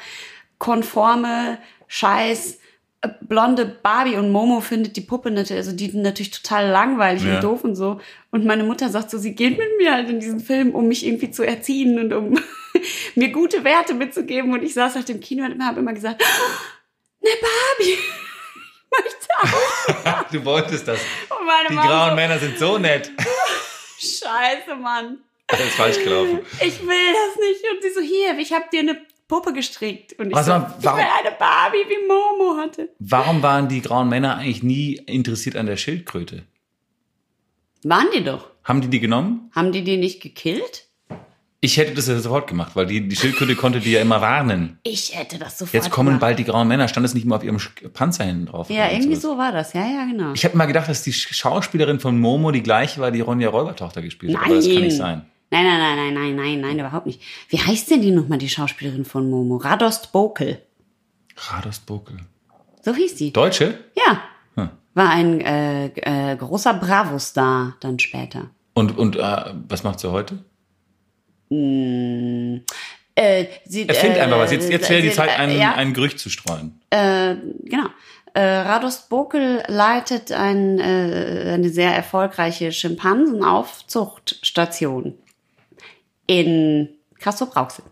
S1: konforme, scheiß, äh, blonde Barbie und Momo findet die Puppe natürlich, also die natürlich total langweilig
S2: Ja.
S1: und doof und so. Und meine Mutter sagt so, sie geht mit mir halt in diesen Film, um mich irgendwie zu erziehen und um mir gute Werte mitzugeben. Und ich saß halt im Kino und habe immer gesagt, eine Barbie. Ich möchte auch.
S2: Ah, Du wolltest das.
S1: Und meine
S2: Die
S1: Mama
S2: grauen
S1: so,
S2: Männer sind so nett.
S1: Scheiße, Mann.
S2: Das ist falsch gelaufen.
S1: Ich will das nicht. Und sie so, hier, ich habe dir eine Puppe gestrickt. Und ich,
S2: Was,
S1: so,
S2: Mann,
S1: ich will
S2: warum-
S1: eine Barbie, wie Momo hatte.
S2: Warum waren die grauen Männer eigentlich nie interessiert an der Schildkröte?
S1: Waren die doch.
S2: Haben die die genommen?
S1: Haben die die nicht gekillt?
S2: Ich hätte das ja sofort gemacht, weil die, die Schildkröte konnte die ja immer warnen.
S1: Ich hätte das sofort
S2: Jetzt kommen
S1: gemacht.
S2: bald die grauen Männer. Stand es nicht mal auf ihrem Sch- Panzer hinten drauf?
S1: Ja,
S2: Und
S1: irgendwie
S2: sowas.
S1: so war das. Ja, ja, genau.
S2: Ich habe mal gedacht, dass die Sch- Schauspielerin von Momo die gleiche war, die Ronja Räubertochter gespielt hat. Aber das kann nicht sein.
S1: Nein, nein, nein, nein, nein, nein, nein, überhaupt nicht. Wie heißt denn die nochmal, die Schauspielerin von Momo? Radost Bokel.
S2: Rados Bokel.
S1: So hieß die.
S2: Deutsche?
S1: Ja.
S2: Hm.
S1: War ein äh, g- äh, großer Bravo-Star dann später.
S2: Und, und äh, was macht sie heute?
S1: Äh, sie,
S2: Erfind
S1: äh,
S2: einfach was. Jetzt, jetzt wäre die
S1: sie-
S2: Zeit,
S1: äh,
S2: ein,
S1: ja,
S2: ein Gerücht zu streuen.
S1: genau. Äh, Radost Bokel leitet ein, äh, eine sehr erfolgreiche Schimpansenaufzuchtstation in Castrop-Rauxel.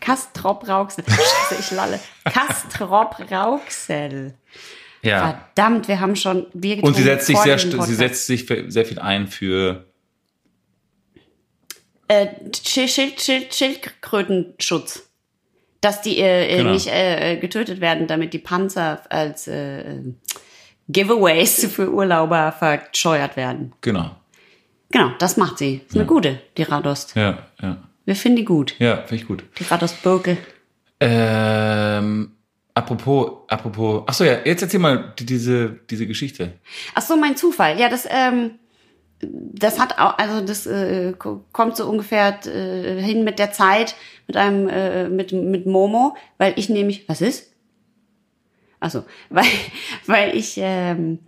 S1: Castrop-Rauxel. Scheiße, ich lalle. Castrop-Rauxel.
S2: Ja.
S1: Verdammt, wir haben schon Bier getrunken.
S2: Und sie setzt sich
S1: vor
S2: sehr,
S1: diesem
S2: st- sie
S1: Podcast.
S2: setzt sich für, sehr viel ein für
S1: äh, Schild, Schild, Schild, Schildkrötenschutz. Dass die äh, äh,
S2: Genau.
S1: nicht äh, äh, getötet werden, damit die Panzer als äh, äh, Giveaways für Urlauber verscheuert werden.
S2: genau.
S1: Genau, das macht sie. Ist eine gute, die Radost.
S2: Ja, ja,
S1: Wir finden die gut.
S2: ja, finde ich gut.
S1: Die Radost Birkel.
S2: Ähm, apropos, apropos, ach so ja, jetzt erzähl mal die, diese diese Geschichte.
S1: Ach so, mein Zufall. Ja, das, ähm, das hat auch, also das äh, ko- kommt so ungefähr äh, hin mit der Zeit, mit einem, äh, mit, mit Momo, weil ich nämlich, was ist? Also, weil, weil ich ähm,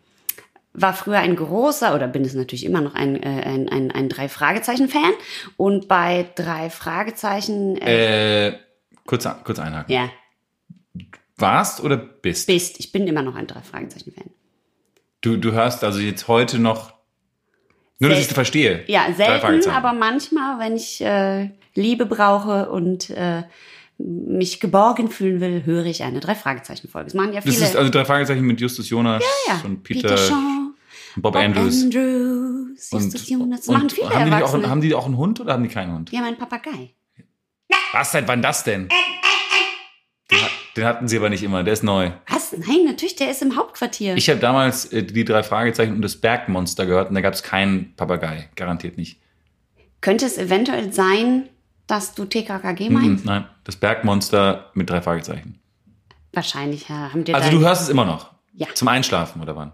S1: war früher ein großer oder bin es natürlich immer noch ein, äh, ein, ein, ein Drei-Fragezeichen-Fan. Und bei drei Fragezeichen äh,
S2: Äh, kurz, a- kurz einhaken.
S1: ja,
S2: Warst oder bist?
S1: bist. Ich bin immer noch ein Drei-Fragezeichen-Fan.
S2: Du, du hörst also jetzt heute noch. Nur, dass ich
S1: Sel-
S2: es verstehe.
S1: Ja,
S2: Drei
S1: selten,
S2: Fragezeichen.
S1: aber manchmal, wenn ich äh, Liebe brauche und äh, mich geborgen fühlen will, höre ich eine Drei-Fragezeichen-Folge. Das machen ja viele. Ah,
S2: Das ist also drei Fragezeichen mit Justus Jonas
S1: ja,
S2: und Peter,
S1: Shaw,
S2: und Bob,
S1: Bob
S2: Andrews.
S1: Andrews, Justus Jonas. Das machen viele
S2: haben, die nicht
S1: Erwachsene.
S2: auch, haben die auch einen Hund oder haben die keinen Hund?
S1: ja, mein Papagei.
S2: Was, seit wann das denn? Den, hat- den hatten sie aber nicht immer, der ist neu.
S1: Was? Nein, natürlich, der ist im Hauptquartier.
S2: Ich habe damals äh, die drei Fragezeichen und das Bergmonster gehört und da gab es keinen Papagei, garantiert nicht.
S1: Könnte es eventuell sein, dass du TKKG
S2: Mhm,
S1: meinst?
S2: nein, das Bergmonster mit drei Fragezeichen.
S1: Wahrscheinlich ja, haben dir
S2: Also
S1: dein-
S2: du hörst es immer noch?
S1: Ja.
S2: Zum Einschlafen oder wann?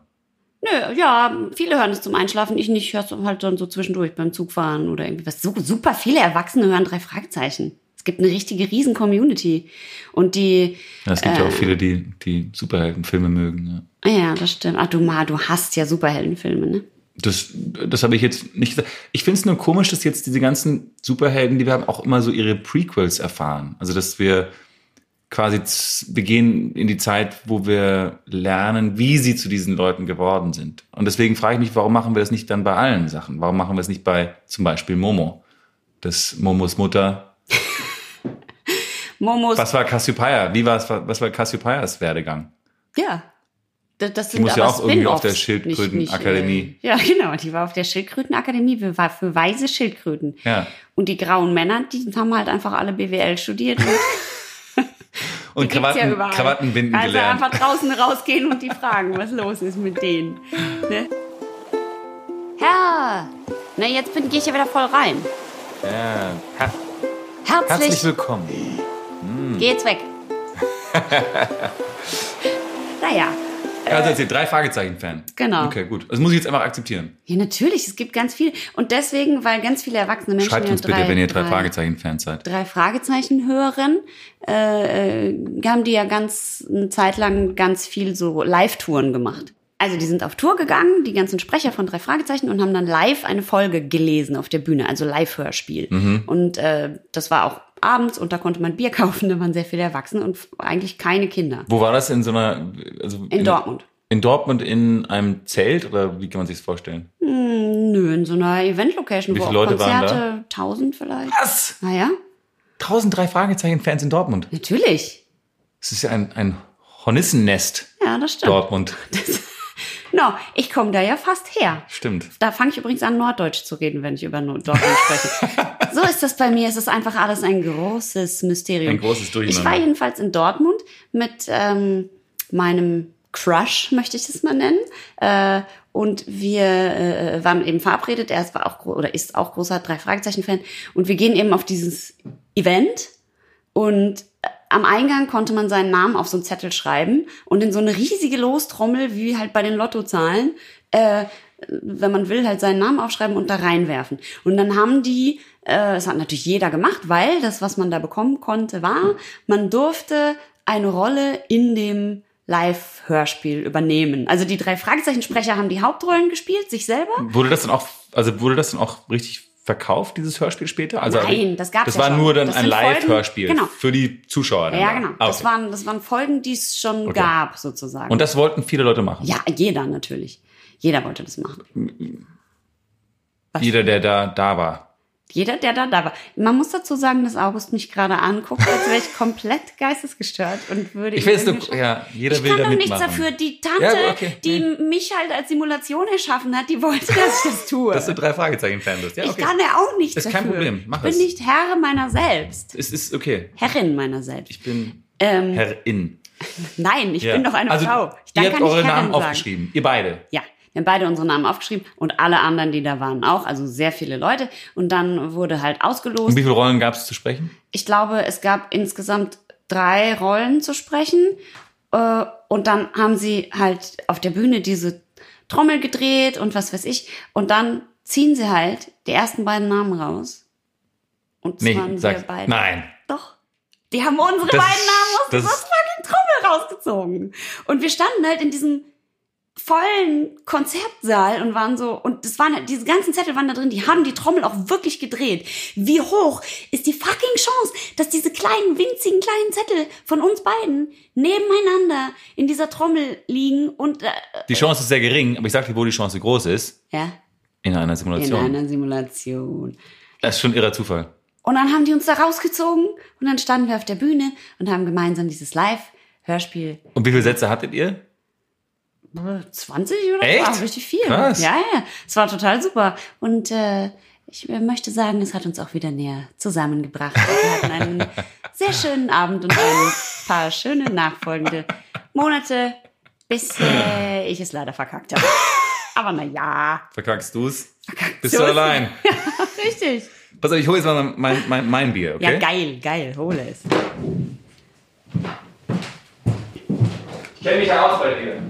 S1: Nö, ja, viele hören es zum Einschlafen, ich nicht, höre es halt dann so zwischendurch beim Zugfahren oder irgendwie was. So, super viele Erwachsene hören drei Fragezeichen. Es gibt eine richtige Riesen-Community. Und die,
S2: Ja, es gibt
S1: Ähm.
S2: ja auch viele, die, die Superheldenfilme mögen. Ja.
S1: ah ja, das stimmt. Ach du mal, du hast ja Superheldenfilme, ne?
S2: Das, das habe ich jetzt nicht gesagt. Ich finde es nur komisch, dass jetzt diese ganzen Superhelden, die wir haben, auch immer so ihre Prequels erfahren. Also, dass wir quasi, z- wir gehen in die Zeit, wo wir lernen, wie sie zu diesen Leuten geworden sind. Und deswegen frage ich mich, warum machen wir das nicht dann bei allen Sachen? Warum machen wir es nicht bei zum Beispiel Momo? Das Momos Mutter.
S1: Momos,
S2: Was war Cassiopeia? Wie war es, was war Cassiopeias Werdegang?
S1: ja. Das, das sind
S2: muss ja
S1: aber
S2: auch irgendwie auf
S1: Spin-offs,
S2: der
S1: nicht-
S2: Schildkrötenakademie.
S1: nicht, äh, Ja, genau, die war auf der Schildkrötenakademie, wir war für weise Schildkröten.
S2: Ja.
S1: Und die grauen Männer, die haben halt einfach alle BWL studiert und
S2: Und
S1: Die gibt's
S2: Krawatten,
S1: ja überall.
S2: Krawatten binden
S1: also
S2: gelernt.
S1: einfach draußen rausgehen und die fragen, was los ist mit denen. Ne? Herr, na jetzt bin gehe ich ja wieder voll rein.
S2: Ja. Ha-
S1: Herzlich,
S2: Herzlich willkommen.
S1: geh jetzt weg. naja,
S2: Also erzähl, drei Fragezeichen-Fan.
S1: Genau.
S2: Okay, gut. Das muss ich jetzt einfach akzeptieren.
S1: ja natürlich, es gibt ganz viel und deswegen, weil ganz viele erwachsene Menschen
S2: Schreibt
S1: ja
S2: uns bitte, wenn ihr drei Fragezeichen-Fans seid.
S1: drei Fragezeichen hören, äh, äh, haben die ja ganz eine Zeit lang ganz viel so Live-Touren gemacht. Also die sind auf Tour gegangen, die ganzen Sprecher von drei Fragezeichen und haben dann live eine Folge gelesen auf der Bühne, also Live-Hörspiel.
S2: Mhm.
S1: Und äh, das war auch abends und da konnte man Bier kaufen, da waren sehr viele Erwachsene und f- eigentlich keine Kinder.
S2: Wo war das in so einer. Also
S1: In Dortmund.
S2: In Dortmund in einem Zelt oder wie kann man sich das vorstellen?
S1: Nö, in so einer Event-Location,
S2: Wie
S1: wo
S2: viele
S1: auch
S2: Leute waren da?
S1: Konzerte, 1000 vielleicht. Ah
S2: Was?
S1: Naja,
S2: 1003 Fragezeichen-Fans in Dortmund.
S1: natürlich.
S2: Das ist ja ein, ein Hornissennest,
S1: Ja, das stimmt.
S2: Dortmund.
S1: No, ich komme da ja fast her.
S2: Stimmt.
S1: Da fange ich übrigens an, Norddeutsch zu reden, wenn ich über Nord- Dortmund spreche. so ist das bei mir. Es ist einfach alles ein großes Mysterium.
S2: Ein großes Durcheinander.
S1: Ich war jedenfalls in Dortmund mit ähm, meinem Crush, möchte ich das mal nennen. Äh, und wir äh, waren eben verabredet. Er ist- war auch gro- oder ist auch großer drei Fragezeichen Fan. Und wir gehen eben auf dieses Event. Und äh, am Eingang konnte man seinen Namen auf so einen Zettel schreiben und in so eine riesige Lostrommel, wie halt bei den Lottozahlen, äh, wenn man will, halt seinen Namen aufschreiben und da reinwerfen. Und dann haben die, äh, das hat natürlich jeder gemacht, weil das, was man da bekommen konnte, war, man durfte eine Rolle in dem Live-Hörspiel übernehmen. Also die drei Fragezeichen-Sprecher haben die Hauptrollen gespielt, sich selber.
S2: Wurde das dann auch, also wurde das dann auch richtig verkauft, dieses Hörspiel später? Also
S1: Nein, das gab's
S2: Das
S1: ja
S2: war
S1: schon.
S2: nur dann
S1: Das
S2: ein
S1: sind Folgen-
S2: Live-Hörspiel
S1: genau.
S2: für die Zuschauer. dann
S1: Ja,
S2: da.
S1: genau.
S2: Ah,
S1: Das,
S2: okay.
S1: waren, das waren Folgen, die es schon
S2: Okay.
S1: gab, sozusagen.
S2: Und das wollten viele Leute machen.
S1: ja, jeder natürlich. Jeder wollte das machen.
S2: Jeder, der da, da war.
S1: Jeder, der da da war. Man muss dazu sagen, dass August mich gerade anguckt, als wäre ich komplett geistesgestört und würde
S2: Ich
S1: ihm
S2: weiß nur,
S1: irgendwie-
S2: ja, jeder
S1: ich
S2: will
S1: kann
S2: da
S1: doch
S2: mitmachen.
S1: nichts dafür. Die Tante,
S2: Ja, okay.
S1: die
S2: Nee.
S1: mich halt als Simulation erschaffen hat, die wollte, dass ich das tue.
S2: Dass du drei Fragezeichen Fan bist. Ja,
S1: Ich
S2: okay.
S1: kann ja auch nichts
S2: Ist
S1: dafür.
S2: kein Problem. Mach
S1: ich bin
S2: es.
S1: nicht Herr meiner selbst.
S2: Es ist okay.
S1: Herrin meiner selbst.
S2: Ich bin
S1: Ähm,
S2: Herrin.
S1: Nein, ich
S2: Ja.
S1: bin doch eine
S2: also,
S1: Frau. Ich dann
S2: ihr habt
S1: kann ich
S2: eure
S1: Herrin
S2: Namen
S1: sagen.
S2: aufgeschrieben. Ihr beide.
S1: Ja, wir haben beide unsere Namen aufgeschrieben und alle anderen, die da waren, auch. Also sehr viele Leute. Und dann wurde halt
S2: Und
S1: ausgelost.
S2: Um wie viele Rollen gab es zu sprechen?
S1: Ich glaube, es gab insgesamt drei Rollen zu sprechen. Äh, Und dann haben sie halt auf der Bühne diese Trommel gedreht und was weiß ich. Und dann ziehen sie halt die ersten beiden Namen raus. Und das
S2: Nee,
S1: waren wir
S2: sag,
S1: beide.
S2: nein.
S1: Doch. Die haben unsere
S2: Das-
S1: beiden Namen aus
S2: das-
S1: dieser fucking Trommel rausgezogen. Und wir standen halt in diesem vollen Konzertsaal und waren so, und das waren, halt- diese ganzen Zettel waren da drin, die haben die Trommel auch wirklich gedreht. Wie hoch ist die fucking Chance, dass diese kleinen, winzigen, kleinen Zettel von uns beiden nebeneinander in dieser Trommel liegen und, äh,
S2: Die Chance ist sehr gering, aber ich sag dir, wo die Chance groß ist.
S1: ja,
S2: In einer
S1: in
S2: Simulation.
S1: einer Simulation.
S2: Das ist schon irrer Zufall.
S1: Und dann haben die uns da rausgezogen und dann standen wir auf der Bühne und haben gemeinsam dieses Live-Hörspiel
S2: Und wie viele Sätze hattet ihr?
S1: Äh, 20 oder
S2: Echt?
S1: so, richtig viel.
S2: Krass.
S1: Ja, ja, es war total super. Und äh, ich äh, möchte sagen, es hat uns auch wieder näher zusammengebracht. Wir hatten einen sehr schönen Abend und ein paar schöne nachfolgende Monate, bis äh, ich es leider verkackt habe. Aber naja,
S2: Verkackst du's?
S1: verkackt.
S2: Bist
S1: so
S2: du
S1: ist es.
S2: allein?
S1: Richtig.
S2: Pass auf, ich hole jetzt mal mein, mein, mein Bier, okay?
S1: Ja, geil, geil, hole es.
S2: Ich kenne mich ja aus bei dir.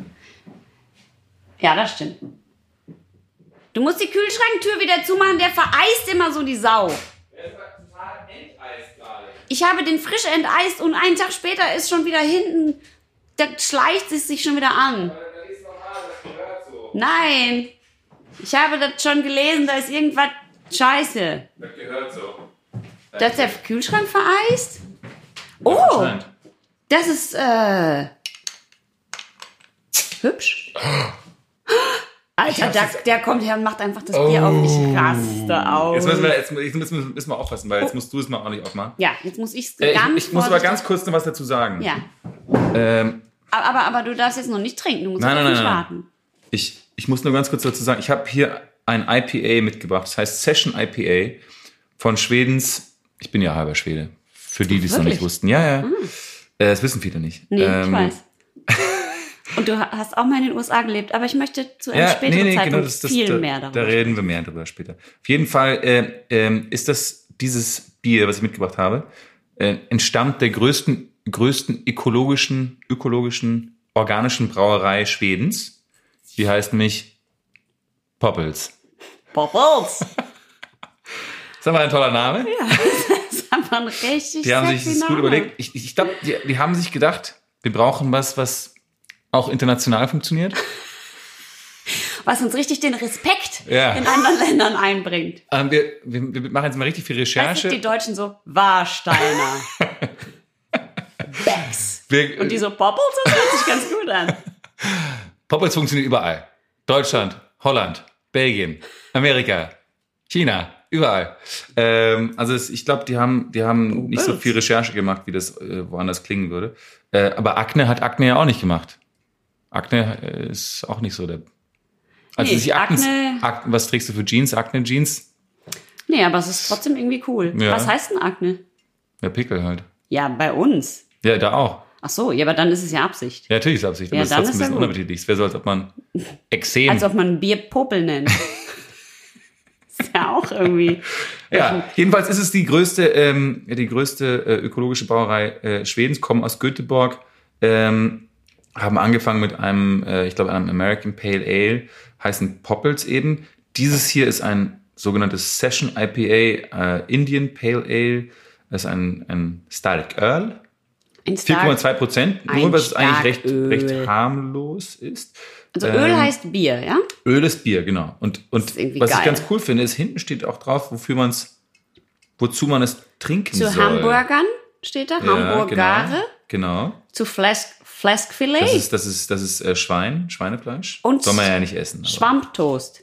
S1: Ja, das stimmt. Du musst die Kühlschranktür wieder zumachen, der vereist immer so die Sau. Ich habe den frisch enteist und einen Tag später ist schon wieder hinten, da schleicht es sich schon wieder an. Nein, ich habe das schon gelesen, da ist irgendwas scheiße. Dass der Kühlschrank vereist? Oh, das ist äh, hübsch. Alter, der, der kommt her und macht einfach das Bier auf. Ich raste aus.
S2: Oh. Jetzt müssen wir, jetzt, jetzt müssen, müssen wir aufpassen, weil jetzt musst du es mal auch nicht aufmachen.
S1: ja, jetzt muss ich's
S2: Äh,
S1: ganz
S2: ich ich muss aber
S1: vorsichtig-
S2: ganz kurz noch was dazu sagen.
S1: Ja,
S2: Ähm,
S1: aber, aber, aber du darfst jetzt noch nicht trinken. Du musst
S2: Nein,
S1: jetzt
S2: nein,
S1: nicht
S2: nein, nein.
S1: warten.
S2: ich, ich muss nur ganz kurz dazu sagen, ich habe hier ein IPA mitgebracht, das heißt Session IPA von Schwedens, ich bin ja halber Schwede, für die, die es noch
S1: Wirklich? Mhm.
S2: nicht wussten. Ja, ja. Äh, das wissen viele nicht.
S1: Nee, ich
S2: Ähm,
S1: weiß. Und du ha- hast auch mal in den USA gelebt, aber ich möchte zu einem späteren Zeitpunkt viel
S2: genau, da,
S1: mehr
S2: Da
S1: darüber.
S2: reden wir mehr darüber später. Auf jeden Fall äh, ähm, ist das dieses Bier, was ich mitgebracht habe, äh, entstammt der größten, größten ökologischen, ökologischen, organischen Brauerei Schwedens. Die heißt nämlich Poppels.
S1: Bubbles!
S2: Ist aber ein toller Name.
S1: Das hat man richtig
S2: die haben sich
S1: sexy
S2: das gut
S1: Name.
S2: überlegt. Ich, ich, ich glaube, die, die haben sich gedacht, wir brauchen was, was auch international funktioniert.
S1: Was uns richtig den Respekt
S2: Ja.
S1: in anderen Ländern einbringt.
S2: Ähm, wir, wir, wir machen jetzt mal richtig viel
S1: Das
S2: Recherche.
S1: sind die Deutschen so, Warsteiner. Becks.
S2: Wir,
S1: Und die so, Bubbles, das hört sich ganz gut an.
S2: Poppels funktioniert überall. Deutschland, Holland, Belgien, Amerika, China, überall. Ähm, also es, ich glaube, die haben, die
S1: Oh,
S2: haben nicht so viel Recherche gemacht, wie das äh, woanders klingen würde. Äh, aber Akne hat Akne ja auch nicht gemacht. Akne äh, ist auch nicht so der. Also
S1: Nee,
S2: die Akne,
S1: Akne-
S2: Akne, was trägst du für Jeans? Akne Jeans?
S1: Nee, aber es ist trotzdem irgendwie cool.
S2: Ja.
S1: Was heißt denn Akne?
S2: Ja, Pickel halt.
S1: Ja, bei uns.
S2: Ja, da auch.
S1: Ach so, ja, aber dann ist es ja Absicht.
S2: Ja, natürlich ist Absicht, aber
S1: Ja,
S2: es ist
S1: dann ist
S2: trotzdem ein
S1: ja
S2: bisschen
S1: gut.
S2: unappetitlich. Es wäre so, als ob man Exem.
S1: Als ob man ein Bier Popel nennt. ist ja auch irgendwie.
S2: Ja, jedenfalls ist es die größte, ähm, die größte äh, ökologische Brauerei äh, Schwedens, kommen aus Göteborg, ähm, haben angefangen mit einem, äh, ich glaube, einem American Pale Ale, heißen Poppels eben. Dieses hier ist ein sogenanntes Session IPA, äh, Indian Pale Ale, das ist ein, ein Stark Earl.
S1: Ein Stark.
S2: 4,2 Prozent, nur
S1: Ein
S2: was eigentlich recht,
S1: Starköl.
S2: recht harmlos ist.
S1: Also
S2: Ähm,
S1: Öl heißt Bier, ja?
S2: Öl ist Bier, genau. Und, und
S1: ist irgendwie
S2: was ich
S1: geil.
S2: ganz cool finde, ist, hinten steht auch drauf, wofür man es, wozu man es trinken
S1: Zu
S2: soll.
S1: Hamburgern steht da, Hamburgare,
S2: Genau. genau.
S1: zu Flask, Flaskfilet,
S2: Das ist, das ist, das ist äh, Schwein, Schweinefleisch.
S1: Und
S2: Soll man ja nicht essen. aber-
S1: Schwammtoast.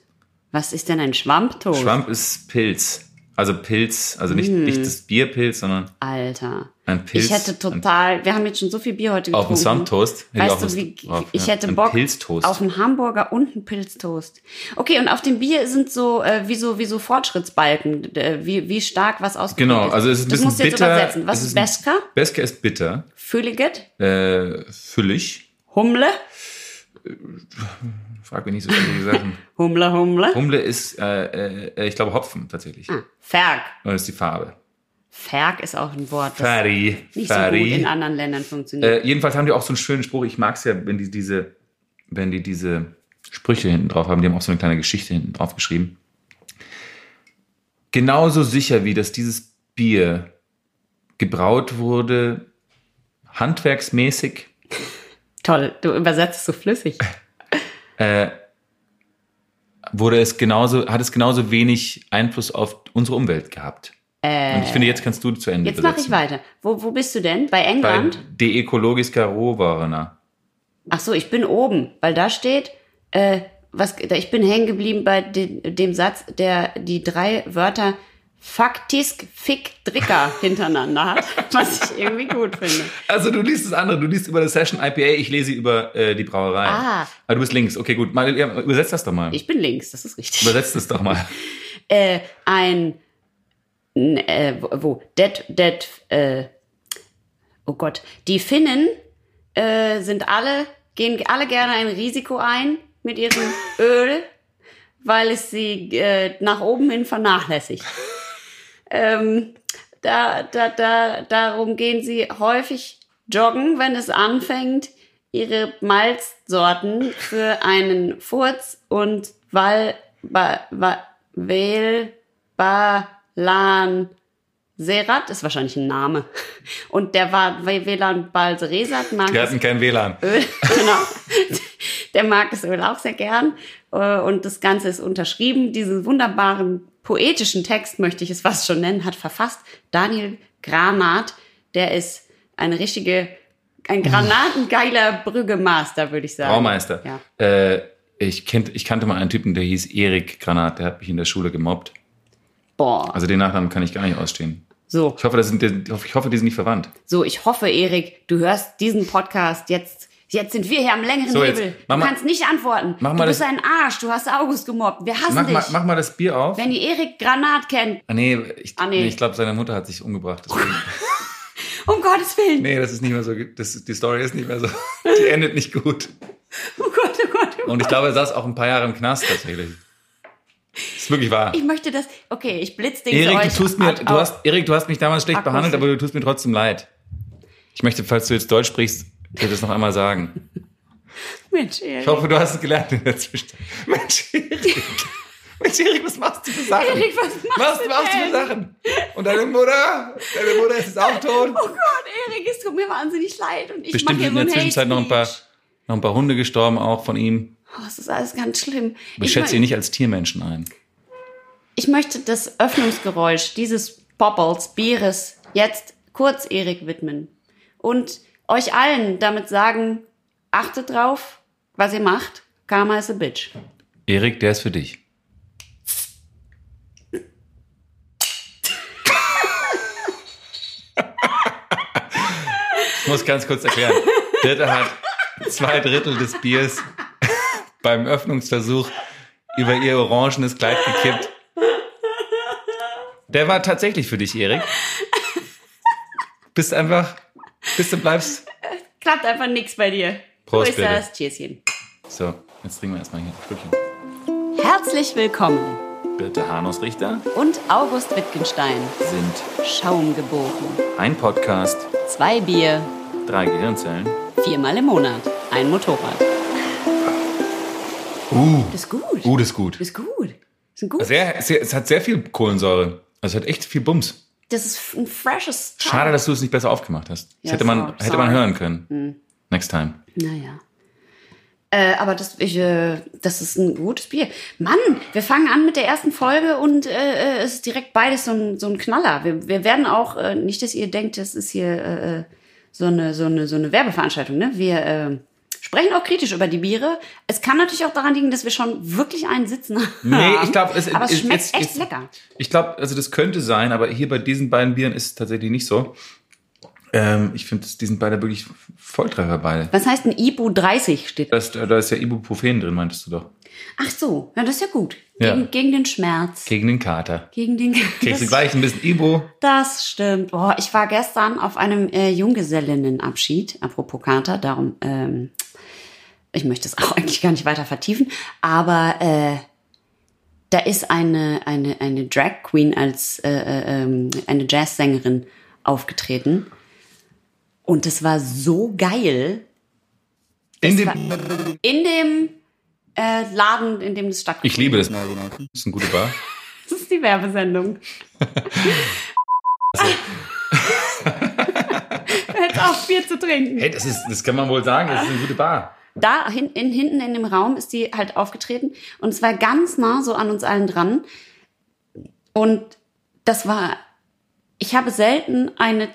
S1: Was ist denn ein Schwammtoast?
S2: Schwamp ist Pilz. Also Pilz, also nicht, nicht das Bierpilz, sondern
S1: Alter.
S2: ein Pilz.
S1: Hm. ich hätte total, wir haben jetzt schon so viel Bier heute
S2: ein, auf
S1: getrunken.
S2: einen Schwammtoast. hätte ich auch
S1: Weißt du,
S2: Lust
S1: wie,
S2: drauf,
S1: ich
S2: ja.
S1: hätte
S2: Ein
S1: Bock
S2: Pilztoast.
S1: auf einen Hamburger und einen Pilztoast. Okay, und auf dem Bier sind so, äh, wie so, wie so Fortschrittsbalken, äh, wie, wie stark was ausgeprägt
S2: Genau,
S1: ist.
S2: also es ist ein
S1: das
S2: bisschen
S1: musst du jetzt
S2: bitter.
S1: übersetzen. Was
S2: es
S1: ist
S2: ein-
S1: Beska?
S2: Beska ist bitter,
S1: Fülliget?
S2: äh, füllig.
S1: Humle?
S2: Frag mich nicht so viele Sachen.
S1: Humle, Humle?
S2: Humble ist, äh, äh, ich glaube, Hopfen tatsächlich.
S1: Ah, Ferg.
S2: Und das ist die Farbe.
S1: Ferg ist auch ein Wort, das
S2: Fari.
S1: nicht so gut in
S2: Fari.
S1: anderen Ländern funktioniert.
S2: Äh, jedenfalls haben die auch so einen schönen Spruch. Ich mag es ja, wenn die diese, wenn die diese Sprüche hinten drauf haben. Die haben auch so eine kleine Geschichte hinten drauf geschrieben. Genauso sicher wie, dass dieses Bier gebraut wurde, handwerksmäßig, Äh.
S1: Toll, du übersetzt so flüssig.
S2: wurde es genauso, hat es genauso wenig Einfluss auf unsere Umwelt gehabt. Und ich finde, jetzt kannst du zu Ende
S1: Jetzt mache ich
S2: übersetzen.
S1: weiter. Wo, wo bist du denn? Bei England?
S2: Bei De Ecologiska Rohwarner.
S1: Ach so, ich bin oben, weil da steht, äh, was, da- ich bin hängen geblieben bei de, dem Satz, der die drei Wörter faktisk, fick, dricker hintereinander hat, was ich irgendwie gut finde.
S2: Also du liest das andere, du liest über das Session IPA, ich lese über äh, die Brauerei.
S1: Ah.
S2: Aber du bist links. Okay, gut. Mal, ja, übersetz das doch mal.
S1: Ich bin links, das ist richtig.
S2: Übersetz das doch mal.
S1: Äh, ein, n, äh, wo- wo, det, det, äh, oh Gott, die Finnen äh, sind alle, gehen alle gerne ein Risiko ein mit ihrem Öl, weil es sie äh, nach oben hin vernachlässigt. Ähm, da, da, da, darum gehen sie häufig joggen, wenn es anfängt, ihre Malzsorten für einen Furz und Wal, ba, ba, Wel, Balan, Serat ist wahrscheinlich ein Name. Und der war Welan Balseresat mag
S2: Wir
S1: es
S2: hatten kein WLAN.
S1: Öl. genau. Der mag das Öl auch sehr gern. Äh, Und das Ganze ist unterschrieben. Diesen wunderbaren poetischen Text, möchte ich es fast schon nennen, hat verfasst Daniel Granat. Der ist eine richtige, ein granatengeiler Brüggemaster, würde ich sagen.
S2: Braumeister.
S1: Ja.
S2: Äh, ich, kennt, ich kannte mal einen Typen, der hieß Erik Granat, der hat mich in der Schule gemobbt.
S1: Boah.
S2: Also den Nachnamen kann ich gar nicht ausstehen.
S1: So,
S2: Ich hoffe, das sind, ich hoffe die sind nicht verwandt.
S1: so, ich hoffe, Erik, du hörst diesen Podcast jetzt. Jetzt sind wir hier am längeren
S2: So, jetzt
S1: Hebel. Du
S2: mach mal-
S1: kannst nicht antworten.
S2: mach
S1: du
S2: mal
S1: bist
S2: das-
S1: ein Arsch. Du hast August gemobbt. Wir hassen
S2: Mach
S1: dich.
S2: mal, mach mal das Bier auf.
S1: Wenn ihr Erik Granat kennt,
S2: Ah, nee, ich,
S1: Ah, nee.
S2: nee, ich glaube, seine Mutter hat sich umgebracht. Deswegen.
S1: um Gottes Willen.
S2: Nee, das ist nicht mehr so. ge- Das, die Story ist nicht mehr so. Die endet nicht gut.
S1: Oh Gott, oh Gott, oh Gott.
S2: Und ich glaube, er saß auch ein paar Jahre im Knast tatsächlich. Ist wirklich wahr.
S1: Ich möchte das. Okay, ich blitz den
S2: Erik,
S1: für
S2: du
S1: euch.
S2: tust mir,
S1: ab-
S2: du hast, Erik, du hast mich damals schlecht
S1: Akustisch.
S2: behandelt, aber du tust mir trotzdem leid. Ich möchte, falls du jetzt Deutsch sprichst, dir das noch einmal sagen.
S1: Oh, Mensch,
S2: Ich
S1: Erik.
S2: hoffe, du hast es gelernt in der Zwischenzeit. Mensch, Erik. Mensch, Erik, was machst du für Sachen?
S1: Erik, was machst
S2: was
S1: du
S2: machst du für
S1: denn?
S2: Sachen? Und deine Mutter? Deine Mutter ist jetzt auch tot.
S1: Oh Gott, Erik, es tut mir wahnsinnig leid. Und ich
S2: Bestimmt
S1: mache hier so
S2: sind in
S1: einen
S2: der Zwischenzeit noch ein paar,
S1: Hate-Speech.
S2: noch ein paar Hunde gestorben, auch von ihm.
S1: Oh, es ist alles ganz schlimm.
S2: Ich
S1: mö-
S2: schätze ihn nicht als Tiermenschen ein.
S1: Ich möchte das Öffnungsgeräusch dieses Poppels, Bieres, jetzt kurz Erik widmen. Und euch allen damit sagen, achtet drauf, was ihr macht. Karma is a bitch.
S2: Erik, der ist für dich. Ich muss ganz kurz erklären. Ritter hat halt zwei Drittel des Biers beim Öffnungsversuch über ihr orangenes Kleid gekippt. Der war tatsächlich für dich, Erik. Bist einfach, bist und bleibst.
S1: Klappt einfach nichts bei dir.
S2: Prost,
S1: so ist
S2: bitte.
S1: das. Tschüsschen.
S2: So, jetzt trinken wir erstmal hier ein Stückchen.
S1: Herzlich willkommen
S2: Birte Hanus Richter
S1: und August Wittgenstein.
S2: sind
S1: Schaum geboren.
S2: ein Podcast
S1: Zwei Bier,
S2: Drei Gehirnzellen.
S1: viermal im Monat. Ein Motorrad.
S2: Uh,
S1: Das ist gut.
S2: uh das ist gut.
S1: Das ist gut. Das ist ein gut.
S2: Sehr, sehr, es hat sehr viel Kohlensäure. Also es hat echt viel Bums.
S1: Das ist ein freshes Teil.
S2: Schade, dass du es nicht besser aufgemacht hast. Das
S1: Ja,
S2: hätte man,
S1: sorry,
S2: hätte man
S1: sorry.
S2: hören können.
S1: Hm.
S2: Next time.
S1: Naja. Äh, aber das, ich, äh, das ist ein gutes Bier. Mann, wir fangen an mit der ersten Folge und äh, äh, es ist direkt beides so ein, so ein Knaller. Wir, wir werden auch, äh, nicht, dass ihr denkt, das ist hier äh, äh, so, eine, so, eine, so eine Werbeveranstaltung. Ne? Wir äh, sprechen auch kritisch über die Biere. Es kann natürlich auch daran liegen, dass wir schon wirklich einen sitzen haben.
S2: Nee, ich glaube, es,
S1: aber es
S2: es-
S1: schmeckt
S2: es-
S1: echt
S2: es-
S1: lecker.
S2: Ich glaube, also das könnte sein, aber hier bei diesen beiden Bieren ist es tatsächlich nicht so. Ähm, ich finde, die sind beide wirklich Volltreffer, beide.
S1: Was heißt ein Ibu 30 steht?
S2: Da ist, da ist ja Ibuprofen drin, meintest du doch.
S1: Ach so, ja, das ist ja gut.
S2: Ja.
S1: Gegen, gegen den Schmerz.
S2: Gegen den Kater.
S1: Gegen den
S2: Kriegst du
S1: Das-
S2: gleich ein bisschen Ibu.
S1: Das stimmt. Boah, ich war gestern auf einem äh, Junggesellinnenabschied, apropos Kater, darum, ähm, ich möchte es auch eigentlich gar nicht weiter vertiefen, aber äh, da ist eine, eine, eine Drag Queen als äh, äh, ähm, eine Jazzsängerin aufgetreten. Und es war so geil
S2: In
S1: war-
S2: den,
S1: in dem äh, Laden, in dem das stattgefunden
S2: ich liebe das. Das ist eine gute Bar.
S1: Das ist die Werbesendung. Hört auf, Bier zu trinken.
S2: Hey, das, ist, das kann man wohl sagen, das ist eine gute Bar.
S1: Da hin, in, hinten in dem Raum ist die halt aufgetreten und es war ganz nah so an uns allen dran. Und das war, ich habe selten eine,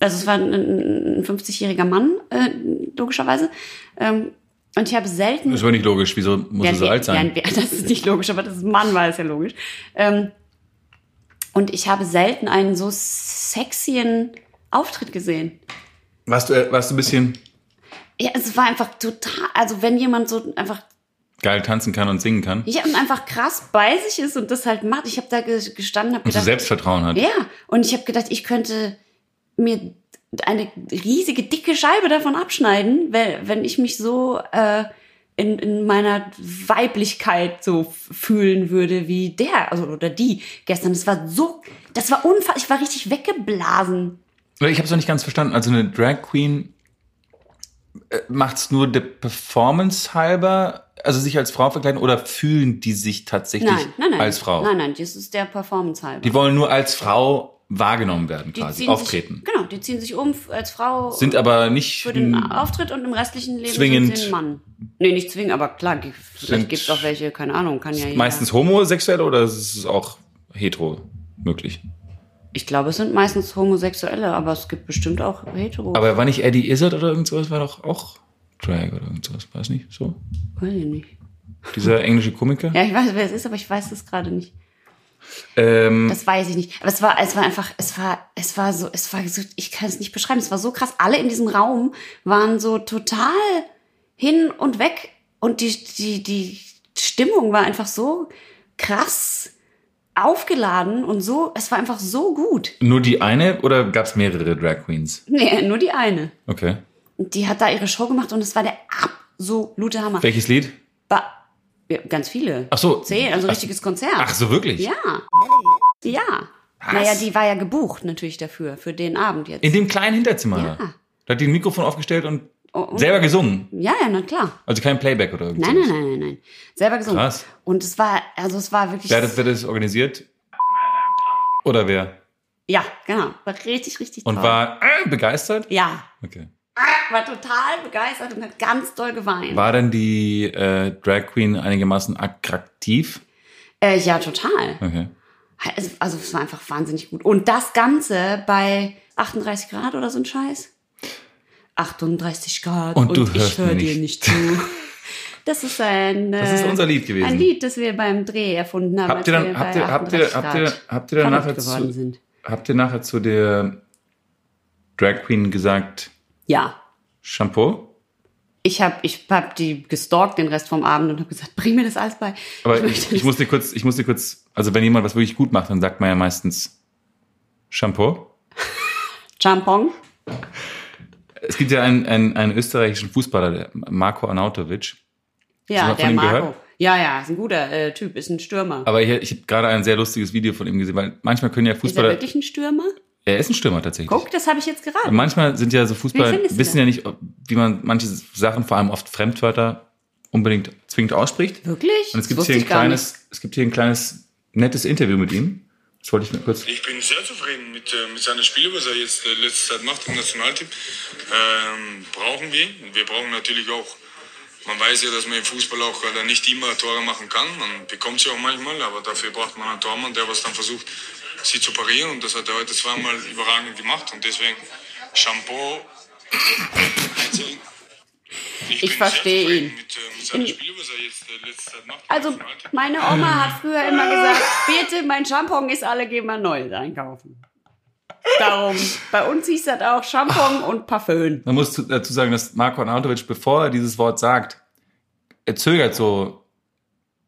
S1: also es war ein, ein 50-jähriger Mann, äh, logischerweise. Ähm, und ich habe selten
S2: Das ist aber nicht logisch. Wieso muss es so
S1: ja,
S2: alt sein?
S1: ja, das ist nicht logisch, aber das Mann war es ja logisch. Ähm, und ich habe selten einen so sexyen Auftritt gesehen.
S2: Warst du, äh, warst du ein bisschen
S1: Ja, es war einfach total, also wenn jemand so einfach,
S2: geil tanzen kann und singen kann?
S1: ja, und einfach krass bei sich ist und das halt macht. Ich habe da ge- gestanden, habe
S2: Und so
S1: gedacht,
S2: Selbstvertrauen hat.
S1: ja, und ich habe gedacht, ich könnte mir eine riesige dicke Scheibe davon abschneiden, wenn, wenn ich mich so äh, in, in meiner Weiblichkeit so f- fühlen würde wie der also oder die gestern. Das war so, das war unfassbar, ich war richtig weggeblasen.
S2: Oder Ich habe es noch nicht ganz verstanden. Also eine Drag Queen macht es nur der Performance halber, also sich als Frau verkleiden, oder fühlen die sich tatsächlich
S1: Nein, nein, nein.
S2: als Frau?
S1: Nein, nein, das ist der Performance halber.
S2: Die wollen nur als Frau wahrgenommen werden,
S1: Die
S2: quasi,
S1: ziehen
S2: auftreten.
S1: Sich, genau, die ziehen sich um f- als Frau.
S2: Sind aber nicht
S1: für den Auftritt und im restlichen Leben
S2: Zwingend.
S1: sind sie ein Mann. Nee, nicht zwingend, aber klar, g- vielleicht
S2: Sind-
S1: gibt es auch welche, keine Ahnung, kann ja jeder.
S2: meistens homosexuell oder ist es auch hetero möglich?
S1: Ich glaube, es sind meistens Homosexuelle, aber es gibt bestimmt auch Hetero.
S2: Aber war nicht Eddie Izzard oder irgend sowas, war doch auch Drag oder irgend sowas, weiß nicht, so?
S1: weiß ich nicht.
S2: Dieser englische Komiker?
S1: Ja, ich weiß, wer es ist, aber ich weiß es gerade nicht.
S2: Ähm,
S1: Das weiß ich nicht. Aber es war, es war einfach, es war, es war so, es war so, ich kann es nicht beschreiben. Es war so krass. Alle in diesem Raum waren so total hin und weg und die, die, die Stimmung war einfach so krass aufgeladen und so, es war einfach so gut.
S2: nur die eine oder gab es mehrere Drag Queens?
S1: Nee, nur die eine.
S2: Okay.
S1: Und Die hat da ihre Show gemacht und es war der absolute Hammer.
S2: Welches Lied?
S1: Ba ja, ganz viele.
S2: Ach so.
S1: Zehn, also richtiges Konzert.
S2: Ach so, wirklich?
S1: Ja. Ja. Naja, die war ja gebucht natürlich dafür, für den Abend jetzt.
S2: In dem kleinen Hinterzimmer.
S1: Ja.
S2: Da hat die ein Mikrofon aufgestellt und
S1: Oh, und-
S2: selber gesungen.
S1: ja, ja, na klar.
S2: Also kein Playback oder irgendwas.
S1: Nein, nein, nein, nein, nein. Selber gesungen.
S2: Krass.
S1: Und es war, also es war wirklich.
S2: Wer hat das, wer hat das organisiert? Oder wer?
S1: ja, genau. War richtig, richtig
S2: Und
S1: toll.
S2: war äh, begeistert?
S1: ja.
S2: Okay.
S1: War total begeistert und hat ganz doll geweint.
S2: War denn die äh, Drag Queen einigermaßen attraktiv?
S1: Äh, ja, total.
S2: Okay.
S1: Es- Also es war einfach wahnsinnig gut. Und das Ganze bei 38 Grad oder so ein Scheiß? 38 Grad
S2: Und
S1: und,
S2: du hörst
S1: ich höre
S2: mir
S1: dir nicht
S2: nicht.
S1: zu. Das ist ein
S2: Das ist
S1: äh,
S2: unser Lied gewesen.
S1: Ein Lied, das wir beim Dreh erfunden haben.
S2: Habt ihr
S1: als
S2: dann,
S1: wir
S2: habt
S1: bei
S2: ihr,
S1: 38 Grad
S2: habt ihr, habt ihr, habt ihr
S1: verrückt
S2: dann nachher
S1: geworden
S2: zu,
S1: sind.
S2: habt ihr nachher zu der Drag Queen gesagt,
S1: Ja.
S2: Shampoo?
S1: Ich habe ich hab die gestalkt den Rest vom Abend und habe gesagt, bring mir das alles bei.
S2: Aber ich,
S1: möchte
S2: ich
S1: das-
S2: muss dir kurz, ich muss dir kurz, also wenn jemand was wirklich gut macht, dann sagt man ja meistens Shampoo.
S1: Champong.
S2: Es gibt ja einen, einen, einen österreichischen Fußballer, der Marco Arnautovic. Hast du
S1: Ja,
S2: mal von
S1: der
S2: ihm
S1: Marco.
S2: gehört?
S1: Ja, ja, ist ein guter äh, Typ, ist ein Stürmer.
S2: Aber ich, ich habe gerade ein sehr lustiges Video von ihm gesehen, weil manchmal können ja
S1: Ist er
S2: Fußballer,
S1: wirklich ein Stürmer?
S2: er ist ein Stürmer tatsächlich.
S1: Guck, das habe ich jetzt
S2: Und
S1: geraten.
S2: Manchmal sind ja so Fußballer,
S1: Wie findest du
S2: wissen
S1: das?
S2: ja nicht, ob- wie man manche Sachen, vor allem oft Fremdwörter, unbedingt zwingend ausspricht.
S1: Wirklich?
S2: Und
S1: Das
S2: es gibt
S1: wusste
S2: hier ein
S1: ich gar
S2: kleines, es gibt hier ein kleines nettes Interview mit ihm. Das wollte ich mir kurz.
S3: Ich bin sehr zufrieden mit, äh, mit seiner Spiele, was er jetzt äh, letzte Zeit macht im Nationalteam. Ähm, brauchen wir ihn. Wir brauchen natürlich auch, man weiß ja, dass man im Fußball auch äh, dann nicht immer Tore machen kann. Man bekommt sie auch manchmal, aber dafür braucht man einen Tormann, der was dann versucht, sie zu parieren. Und das hat er heute zweimal überragend gemacht. Und deswegen Shampoo.
S1: Ich
S3: bin sehr
S1: verstehe
S3: zufrieden
S1: ihn.
S3: Mit, äh, mit seiner Spiele, was er jetzt äh, letzte Zeit macht. im
S1: Also
S3: Nationalteam.
S1: meine Oma hat früher immer gesagt, bitte, mein Shampoo ist alle, gehen wir neu einkaufen. Darum, bei uns hieß das auch Shampoo und Parfüm.
S2: Man muss zu- dazu sagen, dass Marco Arnautovic, bevor er dieses Wort sagt, er zögert so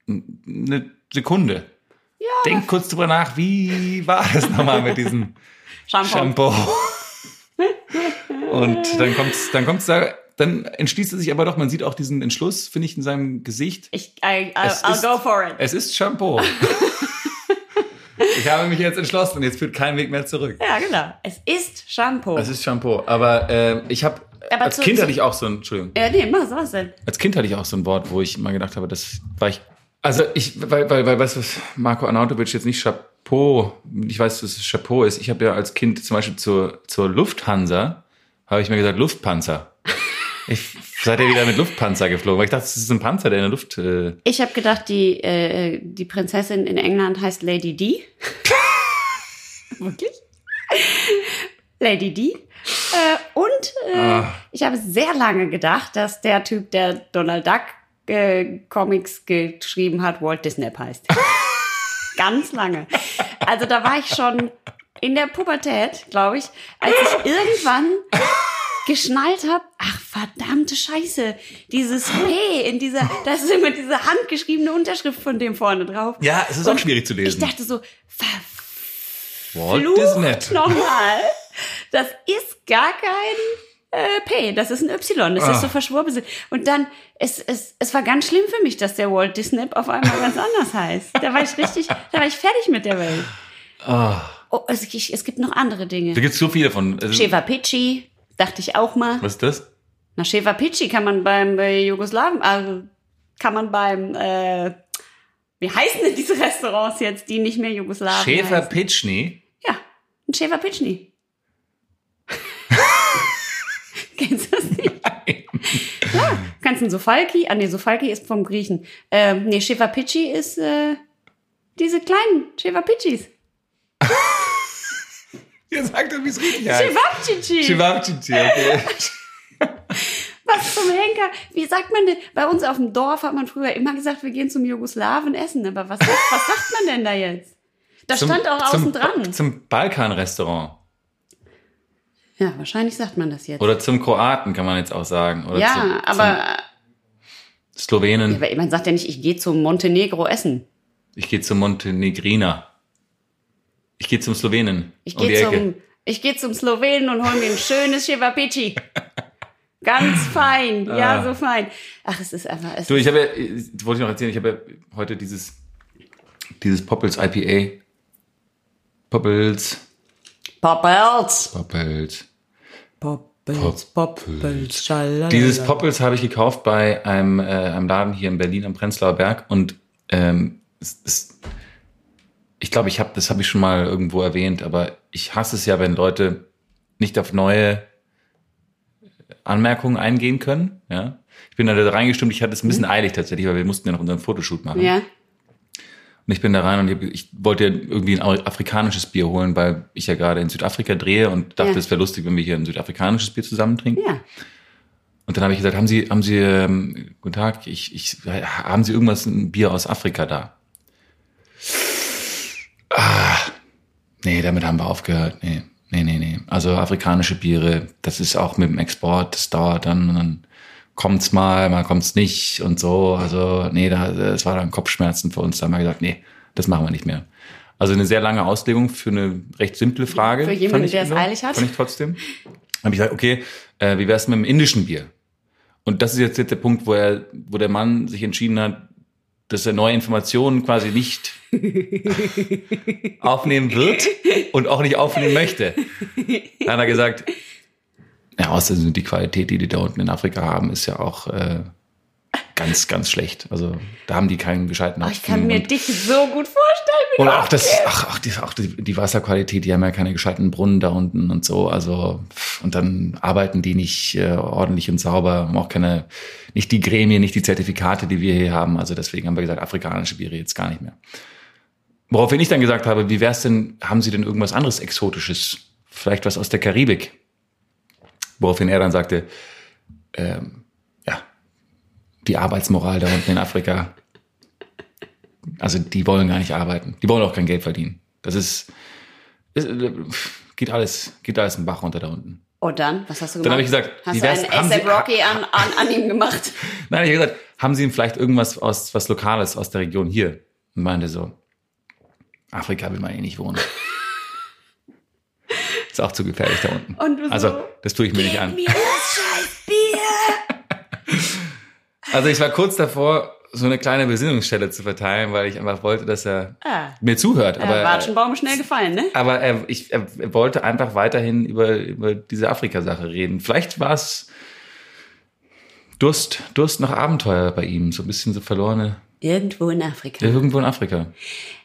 S2: n- eine Sekunde. Ja. Denkt kurz drüber nach, wie war das nochmal mit diesem
S1: Shampoo.
S2: Shampoo? Und dann kommt's, dann kommt's da, dann entschließt er sich aber doch, man sieht auch diesen Entschluss, finde ich, in seinem Gesicht.
S1: Ich, I, I,
S2: Es
S1: I'll
S2: ist-
S1: go for it.
S2: Es ist Shampoo. ich habe mich jetzt entschlossen und jetzt führt kein Weg mehr zurück.
S1: Ja, genau. Es ist Shampoo.
S2: Es ist Shampoo. Aber äh, ich habe,
S1: Aber
S2: als
S1: zu-
S2: Kind
S1: zu-
S2: hatte ich auch so ein, Entschuldigung.
S1: ja, nee, mach was denn?
S2: Als Kind hatte ich auch so ein Wort, wo ich mal gedacht habe, das war ich. Also ich, weil, weil, weil weißt du, was Marco Arnautovic jetzt nicht Chapeau, ich weiß, dass es Chapeau ist. Ich habe ja als Kind zum Beispiel zur, zur Lufthansa, habe ich mir gesagt, Luftpanzer. Ich seid ihr wieder mit Luftpanzer geflogen, weil ich dachte, das ist ein Panzer, der in der Luft. Äh,
S1: Ich habe gedacht, die, äh, die Prinzessin in England heißt Lady D. Wirklich? Lady D. Äh, und äh,
S2: Ah.
S1: ich habe sehr lange gedacht, dass der Typ, der Donald Duck äh, Comics geschrieben hat, Walt Disney heißt. Ganz lange. Also da war ich schon in der Pubertät, glaube ich, als ich irgendwann geschnallt habe, ach verdammte Scheiße, dieses P in dieser, das ist immer diese handgeschriebene Unterschrift von dem vorne drauf.
S2: ja, es ist auch schwierig zu
S1: Ich
S2: lesen.
S1: dachte so,
S2: Walt
S1: verflucht nochmal, das ist gar kein äh, P, das ist ein Y, das
S2: Ah.
S1: ist so verschwurbelt. Und dann, es, es, es war ganz schlimm für mich, dass der Walt Disney auf einmal ganz anders heißt. Da war ich richtig, da war ich fertig mit der Welt. Oh, es, ich, es gibt noch andere
S2: Da
S1: Dinge.
S2: gibt's so viele von. Also,
S1: Sheva Pichi, dachte ich auch mal.
S2: was ist das?
S1: Na, Sheva Pici kann man beim äh, Jugoslawen, also kann man beim, äh, wie heißen denn diese Restaurants jetzt, die nicht mehr Jugoslawen
S2: Schäfer
S1: heißen?
S2: Pitschny.
S1: Ja, ein Sheva Pici. Kennst du das nicht? Klar, du kannst ein Sofalki, ah nee, Sofalki ist vom Griechen. Ähm, nee, Sheva Pici ist äh, diese kleinen Sheva Picis.
S2: Ihr sagt doch, wie es richtig
S1: Sheva Pici.
S2: Schewabchichi, okay.
S1: Was zum Henker? Wie sagt man denn? Bei uns auf dem Dorf hat man früher immer gesagt, wir gehen zum Jugoslawen essen. Aber was, was sagt man denn da jetzt? Das stand auch außen
S2: zum,
S1: dran.
S2: Zum Balkanrestaurant.
S1: Ja, wahrscheinlich sagt man das jetzt.
S2: Oder zum Kroaten kann man jetzt auch sagen. Oder zu,
S1: ja, aber,
S2: zum Slowenen.
S1: aber man sagt ja nicht, ich gehe zum Montenegro essen.
S2: Ich gehe zum Montenegriner. Ich gehe zum Slowenen.
S1: Ich
S2: um die
S1: gehe
S2: Ecke.
S1: zum, ich gehe zum Slowenen und hol mir ein schönes Chevapici. Ganz fein, ja,
S2: Ah.
S1: so fein. Ach, es ist einfach, es
S2: Du, ich habe, ja, äh, wollte ich noch erzählen, ich habe ja heute dieses, dieses Poppels IPA. Poppels.
S1: Poppels.
S2: Poppels.
S4: Poppels, Poppels, schalala.
S2: Dieses Poppels habe ich gekauft bei einem, äh, einem Laden hier in Berlin am Prenzlauer Berg und ähm, es, es, ich glaube, ich habe das habe ich schon mal irgendwo erwähnt, aber ich hasse es ja, wenn Leute nicht auf neue Anmerkungen eingehen können. Ja, ich bin da reingestimmt. Ich hatte es ein bisschen eilig tatsächlich, weil wir mussten ja noch unseren Fotoshoot machen.
S1: Mhm. Ja,
S2: Und ich bin da rein und ich, hab- ich wollte ja irgendwie ein au- afrikanisches Bier holen, weil ich ja gerade in Südafrika drehe und dachte,
S1: Ja.
S2: es wäre lustig, wenn wir hier ein südafrikanisches Bier zusammen trinken.
S1: ja.
S2: Und dann habe ich gesagt, haben Sie, haben Sie, ähm, guten Tag, ich, ich, haben Sie irgendwas, ein Bier aus Afrika da? Ah, nee, damit haben wir aufgehört. Nee, nee, nee, nee. Also afrikanische Biere, das ist auch mit dem Export, das dauert dann, und dann kommt's mal, mal kommt's nicht und so. Also, nee, da, das war dann Kopfschmerzen für uns. Da haben wir gesagt, nee, das machen wir nicht mehr. Also eine sehr lange Auslegung für eine recht simple Frage.
S1: Für jemanden,
S2: fand ich
S1: der es
S2: genau,
S1: eilig hat.
S2: Fand ich trotzdem habe ich gesagt, okay, äh, wie wär's mit dem indischen Bier? Und das ist jetzt, jetzt der Punkt, wo er, wo der Mann sich entschieden hat, dass er neue Informationen quasi nicht aufnehmen wird und auch nicht aufnehmen möchte. Dann hat er gesagt, ja, außerdem die Qualität, die die da unten in Afrika haben, ist ja auch äh, ganz, ganz schlecht. Also da haben die keinen gescheiten
S1: Oh, ich kann
S2: Hopfen
S1: mir
S2: und-
S1: dich so gut vorstellen. wie du
S2: Oder auch das, ach, auch, die, auch die, die Wasserqualität, die haben ja keine gescheiten Brunnen da unten und so. Also, pff, und dann arbeiten die nicht äh, ordentlich und sauber, haben auch keine, nicht die Gremien, nicht die Zertifikate, die wir hier haben. Also deswegen haben wir gesagt, afrikanische Biere jetzt gar nicht mehr. Woraufhin ich dann gesagt habe, wie wär's denn, haben Sie denn irgendwas anderes Exotisches? Vielleicht was aus der Karibik? Woraufhin er dann sagte, ähm, ja, die Arbeitsmoral da unten in Afrika, also die wollen gar nicht arbeiten. Die wollen auch kein Geld verdienen. Das ist, ist äh, geht alles, geht alles einen Bach runter da unten.
S1: Und Oh, dann, was hast du gemacht?
S2: Dann habe ich gesagt,
S1: hast
S2: wie
S1: du
S2: wär's-
S1: einen
S2: haben
S1: ASAP
S2: Sie-
S1: Rocky an, an, an ihm gemacht?
S2: Nein, ich habe gesagt, haben Sie vielleicht irgendwas aus, was Lokales aus der Region hier? Und meinte so, Afrika will man eh nicht wohnen. ist auch zu gefährlich da unten.
S1: Und du so,
S2: also, das tue ich mir nicht an.
S1: Mir das scheiß Bier.
S2: Also ich war kurz davor, so eine kleine Besinnungsstelle zu verteilen, weil ich einfach wollte, dass er
S1: Ah.
S2: mir zuhört. Aber, äh,
S1: Der Watschenbaum ist schnell gefallen, ne?
S2: aber er, ich er wollte einfach weiterhin über, über diese Afrika-Sache reden. Vielleicht war es Durst, Durst nach Abenteuer bei ihm, so ein bisschen so verlorene,
S1: Irgendwo in Afrika.
S2: irgendwo in Afrika.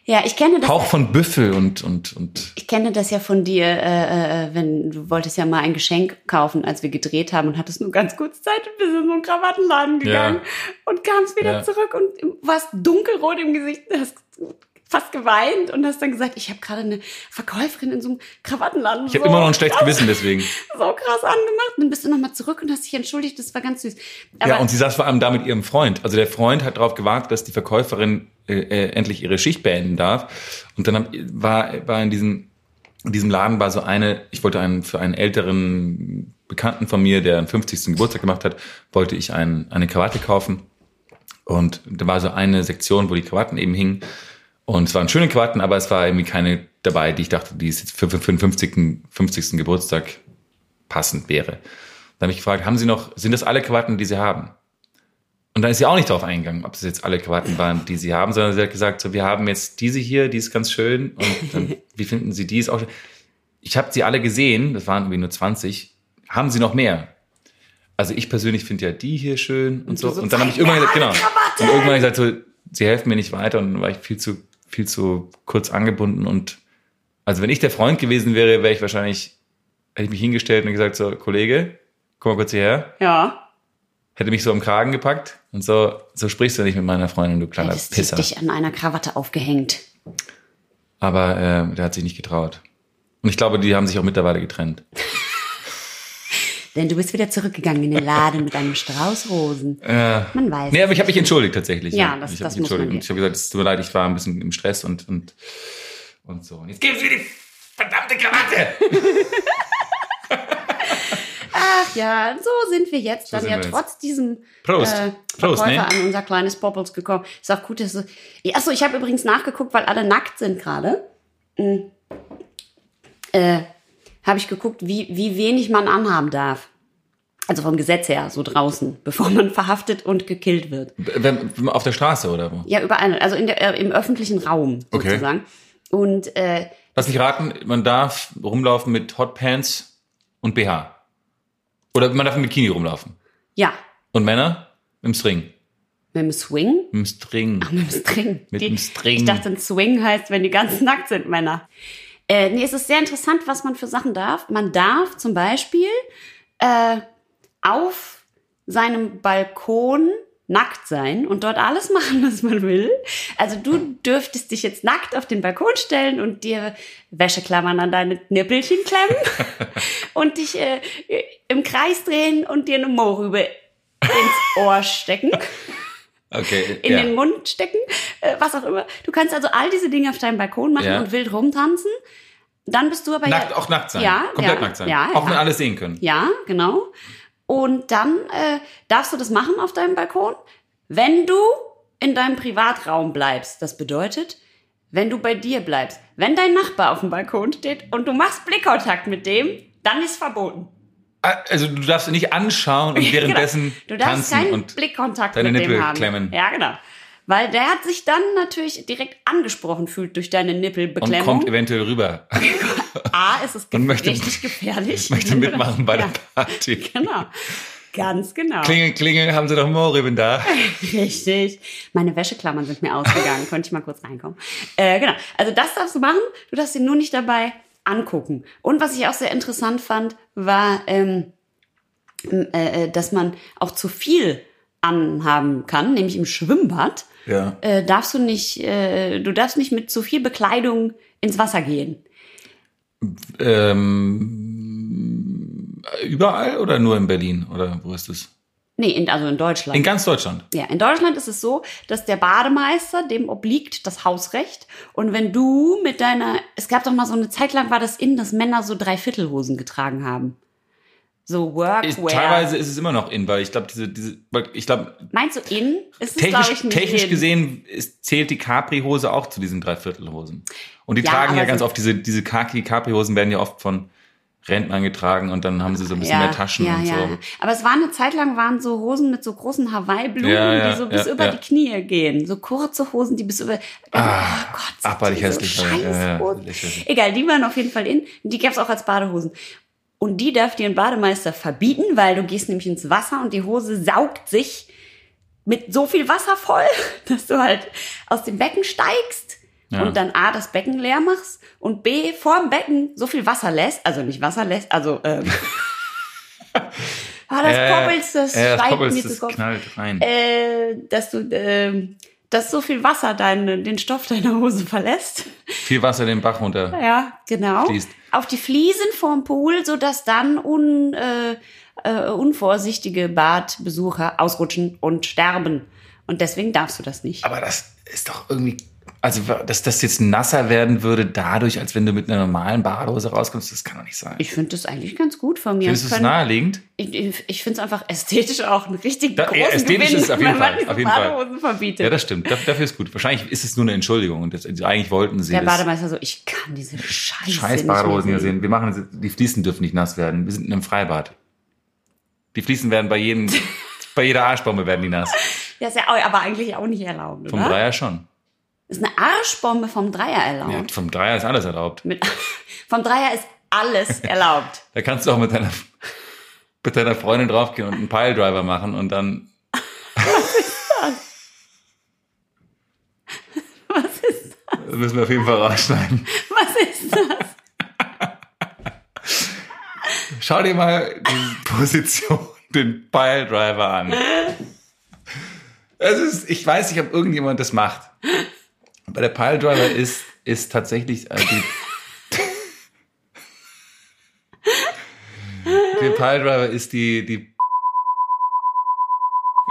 S1: Ja, ich kenne das.
S2: Hauch von Büffel und, und, und
S1: Ich kenne das ja von dir, äh, äh, wenn du wolltest ja mal ein Geschenk kaufen, als wir gedreht haben und hattest nur ganz kurz Zeit und bist in so einen Krawattenladen gegangen und kamst wieder
S2: Ja.
S1: zurück und warst dunkelrot im Gesicht, hast fast geweint und hast dann gesagt, ich habe gerade eine Verkäuferin in so einem Krawattenladen.
S2: ich habe immer noch ein schlechtes Gewissen deswegen.
S1: So krass angemacht. Und dann bist du nochmal zurück und hast dich entschuldigt. Das war ganz süß. Aber
S2: ja, und sie saß vor allem da mit ihrem Freund. Also der Freund hat darauf gewartet, dass die Verkäuferin äh, äh, endlich ihre Schicht beenden darf. Und dann hab, war, war in, diesem, in diesem Laden war so eine, ich wollte einen für einen älteren Bekannten von mir, der einen 50. Geburtstag gemacht hat, wollte ich einen, eine Krawatte kaufen. Und da war so eine Sektion, wo die Krawatten eben hingen. Und es waren schöne Krawatten, aber es war irgendwie keine dabei, die ich dachte, die ist jetzt für, für, für den 50. 50. Geburtstag passend wäre. Dann habe ich gefragt, haben Sie noch, sind das alle Krawatten, die Sie haben? Und dann ist sie auch nicht darauf eingegangen, ob das jetzt alle Krawatten waren, die sie haben, sondern sie hat gesagt, so, wir haben jetzt diese hier, die ist ganz schön. Und dann, wie finden Sie die? Ist auch schön. Ich habe sie alle gesehen, das waren irgendwie nur 20. Haben Sie noch mehr? Also ich persönlich finde ja die hier schön und, so.
S1: so,
S2: Und dann habe ich
S1: zeig mir
S2: irgendwann gesagt, genau.
S1: alle Krawatten!
S2: Und irgendwann hab ich gesagt, so, sie helfen mir nicht weiter. Und dann war ich viel zu, viel zu kurz angebunden. Und also wenn ich der Freund gewesen wäre, wäre ich wahrscheinlich, hätte ich mich hingestellt und gesagt, so, Kollege, komm mal kurz hierher
S1: ja,
S2: hätte mich so am Kragen gepackt und so, so sprichst du nicht mit meiner Freundin, du kleiner
S1: hättest du
S2: Pisser.
S1: dich an einer Krawatte aufgehängt.
S2: Aber äh, der hat sich nicht getraut. Und ich glaube, die haben sich auch mittlerweile getrennt.
S1: Denn du bist wieder zurückgegangen in den Laden mit einem Strauß Rosen. Man weiß.
S2: Nee, aber ich habe mich entschuldigt tatsächlich.
S1: Ja, das-
S2: ich
S1: das
S2: habe mich
S1: muss man
S2: entschuldigt.
S1: dir.
S2: Und ich habe gesagt, es tut mir leid, ich war ein bisschen im Stress und, und, und so. Und jetzt geben Sie mir die verdammte Krawatte!
S1: Ach ja, so sind wir jetzt dann
S2: sind
S1: ja
S2: wir jetzt.
S1: trotz diesem
S2: Prost.
S1: äh,
S2: Prost,
S1: Verkäufer
S2: ne?
S1: an unser kleines Bobbles gekommen. Ist auch gut, dass du. Achso, ich habe übrigens nachgeguckt, weil alle nackt sind gerade. Mhm. Äh, habe ich geguckt, wie, wie wenig man anhaben darf. Also vom Gesetz her, so draußen, bevor man verhaftet und gekillt wird.
S2: Wenn- wenn- Auf der Straße oder wo?
S1: Ja, überall. Also in der, äh, im öffentlichen Raum
S2: Okay.
S1: sozusagen. Und äh,
S2: Lass mich raten, man darf rumlaufen mit Hotpants und BH. Oder man darf mit Bikini rumlaufen.
S1: ja,
S2: Und Männer? Im String.
S1: mit dem Swing
S2: Im String.
S1: Mit dem String.
S2: Mit
S1: Die-
S2: dem String.
S1: Ich dachte, ein Swing heißt, wenn die ganz nackt sind, Männer. Äh, nee, es ist sehr interessant, was man für Sachen darf. Man darf zum Beispiel äh, auf seinem Balkon nackt sein und dort alles machen, was man will. Also du dürftest dich jetzt nackt auf den Balkon stellen und dir Wäscheklammern an deine Nippelchen klemmen und dich äh, im Kreis drehen und dir eine Mohrrübe ins Ohr stecken
S2: Okay.
S1: in
S2: ja.
S1: den Mund stecken, äh, was auch immer. Du kannst also all diese Dinge auf deinem Balkon machen
S2: Ja.
S1: und wild rumtanzen. Dann bist du aber
S2: Nackt,
S1: ja,
S2: auch nackt sein.
S1: Ja,
S2: Komplett
S1: ja,
S2: nackt sein.
S1: ja,
S2: auch
S1: ja.
S2: wenn alles sehen können.
S1: ja, genau. Und dann äh, darfst du das machen auf deinem Balkon, wenn du in deinem Privatraum bleibst. Das bedeutet, wenn du bei dir bleibst. Wenn dein Nachbar auf dem Balkon steht und du machst Blickkontakt mit dem, dann ist verboten.
S2: Ah, Also du darfst ihn nicht anschauen und währenddessen
S1: genau. Du darfst
S2: tanzen
S1: keinen
S2: und
S1: Blickkontakt
S2: deine
S1: mit
S2: Nippel
S1: dem haben.
S2: klemmen.
S1: Ja, genau. Weil der hat sich dann natürlich direkt angesprochen fühlt durch deine
S2: und
S1: Nippelbeklemmung.
S2: kommt eventuell rüber.
S1: A, ist es ge
S2: Und möchte-
S1: richtig gefährlich.
S2: Ich möchte mitmachen bei
S1: ja,
S2: der Party.
S1: Genau. Ganz genau.
S2: Klingel, klingel, haben Sie doch Mohrrüben da.
S1: Richtig. Meine Wäscheklammern sind mir ausgegangen. Konnte ich mal kurz reinkommen. Äh, genau. Also das darfst du machen. Du darfst ihn nur nicht dabei angucken. Und was ich auch sehr interessant fand, war, ähm, äh, dass man auch zu viel anhaben kann, nämlich im Schwimmbad.
S2: Ja.
S1: Äh, darfst du nicht, äh, du darfst nicht mit zu viel Bekleidung ins Wasser gehen.
S2: Ähm, überall oder nur in Berlin? Oder wo ist es?
S1: Nee, in, also in Deutschland.
S2: In ganz Deutschland.
S1: Ja, in Deutschland ist es so, dass der Bademeister, dem obliegt das Hausrecht. Und wenn du mit deiner, es gab doch mal so eine Zeit lang war das in, dass Männer so Dreiviertelhosen getragen haben. So Workwear.
S2: Ist, teilweise ist es immer noch in, weil ich glaube, diese, diese, weil ich glaube,
S1: Meinst du in? Ist es, glaub
S2: technisch,
S1: ich, nicht
S2: technisch
S1: in.
S2: gesehen ist, zählt die Capri-Hose auch zu diesen Dreiviertelhosen. Und die
S1: Ja,
S2: tragen ja
S1: aber
S2: ganz
S1: so-
S2: oft diese, diese Kaki- Capri-Hosen werden ja oft von Rentnern getragen und dann haben sie so ein bisschen mehr Taschen
S1: ja,
S2: und
S1: ja.
S2: so.
S1: Aber es war eine Zeit lang waren so Hosen mit so großen Hawaii-Blumen,
S2: Ja, ja,
S1: die so
S2: ja,
S1: bis über
S2: ja.
S1: die Knie gehen. So kurze Hosen, die bis über. oh Gott, sind
S2: Ah, abartig
S1: die
S2: hässlich,
S1: So
S2: ja, ja, ja,
S1: Scheißhosen.
S2: lächerlich.
S1: Egal, die waren auf jeden Fall in. Die gab's auch als Badehosen. Und die darf dir ein Bademeister verbieten, weil du gehst nämlich ins Wasser und die Hose saugt sich mit so viel Wasser voll, dass du halt aus dem Becken steigst
S2: Ja.
S1: und dann A, das Becken leer machst und B, vorm Becken so viel Wasser lässt, also nicht Wasser lässt, also ähm, ah, das
S2: Äh,
S1: Koppelst, das
S2: äh, das
S1: steigt
S2: Koppelst,
S1: mir
S2: das
S1: zu Kopf.
S2: knallt rein.
S1: Äh, dass du, ähm, dass so viel Wasser deine, den Stoff deiner Hose verlässt.
S2: Viel Wasser den Bach runter.
S1: Ja, genau.
S2: Fließt.
S1: Auf die Fliesen vorm Pool, sodass dann un, äh, äh, unvorsichtige Badbesucher ausrutschen und sterben. Und deswegen darfst du das nicht.
S2: Aber das ist doch irgendwie. Also, dass das jetzt nasser werden würde, dadurch, als wenn du mit einer normalen Badehose rauskommst, das kann doch nicht sein.
S1: ich finde das eigentlich ganz gut von mir.
S2: Findest du
S1: Es
S2: es
S1: können-
S2: naheliegend?
S1: Ich, ich, ich finde es einfach ästhetisch auch einen richtig
S2: Da-
S1: großen
S2: ja, ästhetisch
S1: Gewinn,
S2: ist es auf jeden
S1: wenn man
S2: Fall,
S1: diese
S2: auf jeden Fall.
S1: Badehosen verbietet.
S2: Ja, das stimmt. Da- Dafür ist gut. Wahrscheinlich ist es nur eine Entschuldigung. Und das, also eigentlich wollten sie
S1: der
S2: das.
S1: Bademeister so, ich kann diese Scheiße
S2: Scheiß
S1: nicht
S2: Badehosen
S1: mehr
S2: hier
S1: sehen.
S2: sehen. Wir machen, sie- die Fliesen dürfen nicht nass werden. Wir sind in einem Freibad. Die Fliesen werden bei jedem, bei jeder Arschbombe werden die nass.
S1: Das ist ja au- aber eigentlich auch nicht erlaubt,
S2: Vom
S1: oder?
S2: Dreier schon.
S1: Ist eine Arschbombe vom Dreier erlaubt.
S2: Ja, vom Dreier ist alles erlaubt.
S1: Mit, vom Dreier ist alles erlaubt.
S2: Da kannst du auch mit deiner, mit deiner Freundin draufgehen und einen Piledriver machen und dann
S1: Was ist,
S2: Das müssen wir auf jeden Fall rausschneiden.
S1: was ist das?
S2: Schau dir mal die Position, den Piledriver an. Es ist, ich weiß nicht, ob irgendjemand das macht. Aber der Piledriver ist, ist tatsächlich äh, die, Der Piledriver ist die, die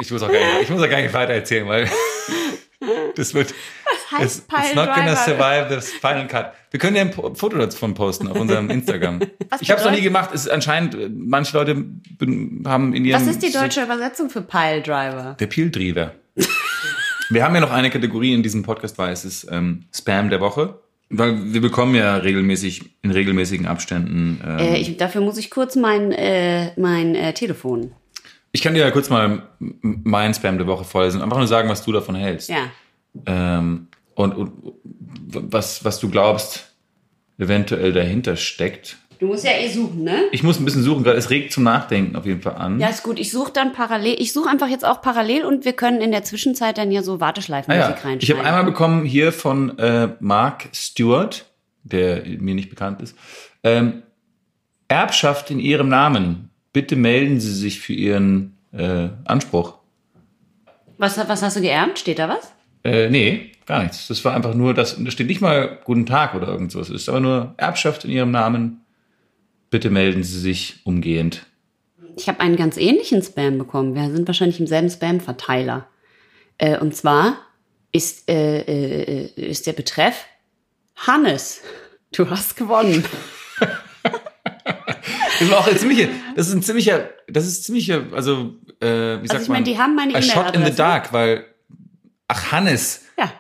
S2: ich muss auch gar nicht, ich muss auch gar nicht weiter erzählen, weil das wird
S1: Das heißt
S2: It's, it's not gonna
S1: Piledriver.
S2: survive this final cut. Wir können ja ein Po- Foto davon posten auf unserem Instagram.
S1: Was
S2: ich habe es noch nie
S1: bedeutet-
S2: gemacht. Es ist anscheinend, äh, manche Leute ben- haben in ihrem...
S1: Was ist die deutsche Übersetzung für Piledriver?
S2: Der Pieldriever. wir haben ja noch eine Kategorie in diesem Podcast, weil es ist ähm, Spam der Woche. Weil wir bekommen ja regelmäßig, in regelmäßigen Abständen... Ähm,
S1: Äh, ich, dafür muss ich kurz mein, äh, mein äh, Telefon.
S2: ich kann dir ja kurz mal m- m- mein Spam der Woche vorlesen. Einfach nur sagen, was du davon hältst.
S1: Ja.
S2: ähm, und, und was, was du glaubst, eventuell dahinter steckt.
S1: Du musst ja eh suchen, ne?
S2: Ich muss ein bisschen suchen, gerade es regt zum Nachdenken auf jeden Fall an.
S1: Ja, ist gut. Ich suche dann parallel. Ich suche einfach jetzt auch parallel und wir können in der Zwischenzeit dann hier so
S2: Ah
S1: Warteschleifenmusik
S2: ja.
S1: reinschneiden.
S2: Ich habe einmal bekommen hier von äh, Mark Stewart, der mir nicht bekannt ist. Ähm, Erbschaft in Ihrem Namen. Bitte melden Sie sich für Ihren äh, Anspruch.
S1: was, was hast du geerbt? Steht da was?
S2: Äh, nee, gar nichts. Das war einfach nur das. und Da steht nicht mal Guten Tag oder irgend sowas. Es ist aber nur Erbschaft in Ihrem Namen. Bitte melden Sie sich umgehend.
S1: Ich habe einen ganz ähnlichen Spam bekommen. Wir sind wahrscheinlich im selben Spam-Verteiler. Äh, und zwar ist, äh, äh, äh, ist der Betreff Hannes. Du hast gewonnen.
S2: Das ist auch ein ziemlicher, das ist ein ziemlicher, das ist ziemlicher, also äh, wie sagt
S1: ich meine,
S2: man?
S1: die haben meine
S2: A shot in the
S1: E-Mail-Adresse.
S2: dark, weil ach Hannes
S1: Ja,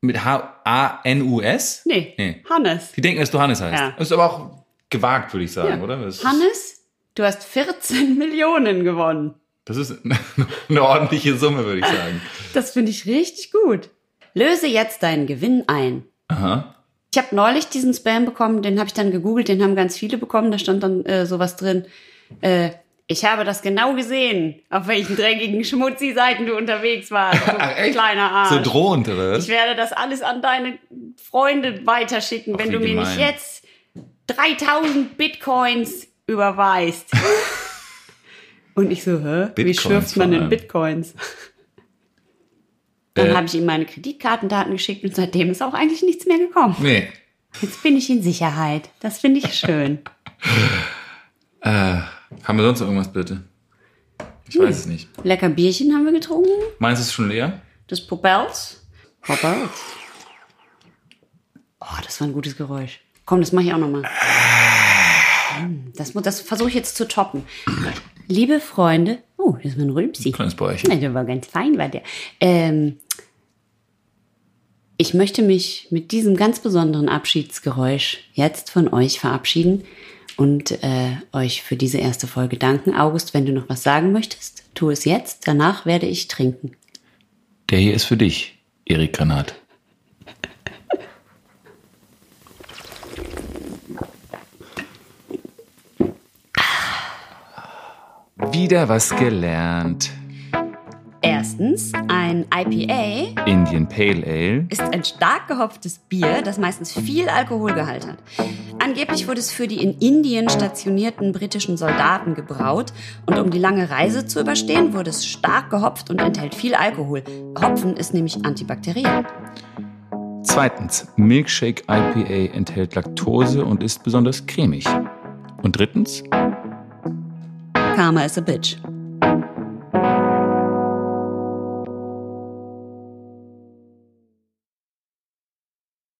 S2: mit H A N U S?
S1: nee.
S2: Nee.
S1: Hannes.
S2: Die denken, dass du Hannes heißt.
S1: Ja.
S2: Ist aber auch gewagt, würde ich sagen,
S1: Ja.
S2: oder? Das ist,
S1: Hannes, du hast 14 Millionen gewonnen.
S2: das ist eine ordentliche Summe, würde ich sagen.
S1: Das finde ich richtig gut. Löse jetzt deinen Gewinn ein.
S2: Aha.
S1: Ich habe neulich diesen Spam bekommen, den habe ich dann gegoogelt, den haben ganz viele bekommen. Da stand dann äh, sowas drin. Äh, Ich habe das genau gesehen, auf welchen dreckigen, schmutzigen Seiten du unterwegs warst. Du
S2: Ach, echt?
S1: kleiner Arsch.
S2: So drohend, oder? was?
S1: Ah. Ich werde das alles an deine Freunde weiterschicken,
S2: Ach,
S1: wenn
S2: wie
S1: du mir
S2: gemein.
S1: nicht jetzt 3000 Bitcoins überweist. Und ich so, hä? Wie
S2: Bitcoins
S1: schürft man
S2: vor
S1: denn
S2: allem.
S1: Bitcoins? Dann
S2: Äh.
S1: habe ich ihm meine Kreditkartendaten geschickt und seitdem ist auch eigentlich nichts mehr gekommen.
S2: Nee.
S1: Jetzt bin ich in Sicherheit. Das finde ich schön.
S2: Haben wir sonst noch irgendwas, bitte? Ich weiß es nicht.
S1: Lecker Bierchen haben wir getrunken.
S2: Meins ist schon leer?
S1: Das Popels. Popels. Oh, das war ein gutes Geräusch. Komm, das mache ich auch nochmal. Das, mu- das versuche ich jetzt zu toppen. Liebe Freunde. Oh, das war ein Rülpsi.
S2: Kleines Bäuerchen.
S1: Ja, Der war ganz fein, war der. Ähm, ich möchte mich mit diesem ganz besonderen Abschiedsgeräusch jetzt von euch verabschieden und äh, euch für diese erste Folge danken. August, wenn du noch was sagen möchtest, tu es jetzt. Danach werde ich trinken.
S2: Der hier ist für dich, Erik Granat. Wieder was gelernt.
S1: Erstens, ein IPA
S2: Indian Pale Ale.
S1: ist ein stark gehopftes Bier, das meistens viel Alkoholgehalt hat. Angeblich wurde es für die in Indien stationierten britischen Soldaten gebraut und um die lange Reise zu überstehen, wurde es stark gehopft und enthält viel Alkohol. Hopfen ist nämlich antibakteriell.
S2: Zweitens, Milkshake IPA enthält Laktose und ist besonders cremig. Und drittens,
S1: Karma is a bitch.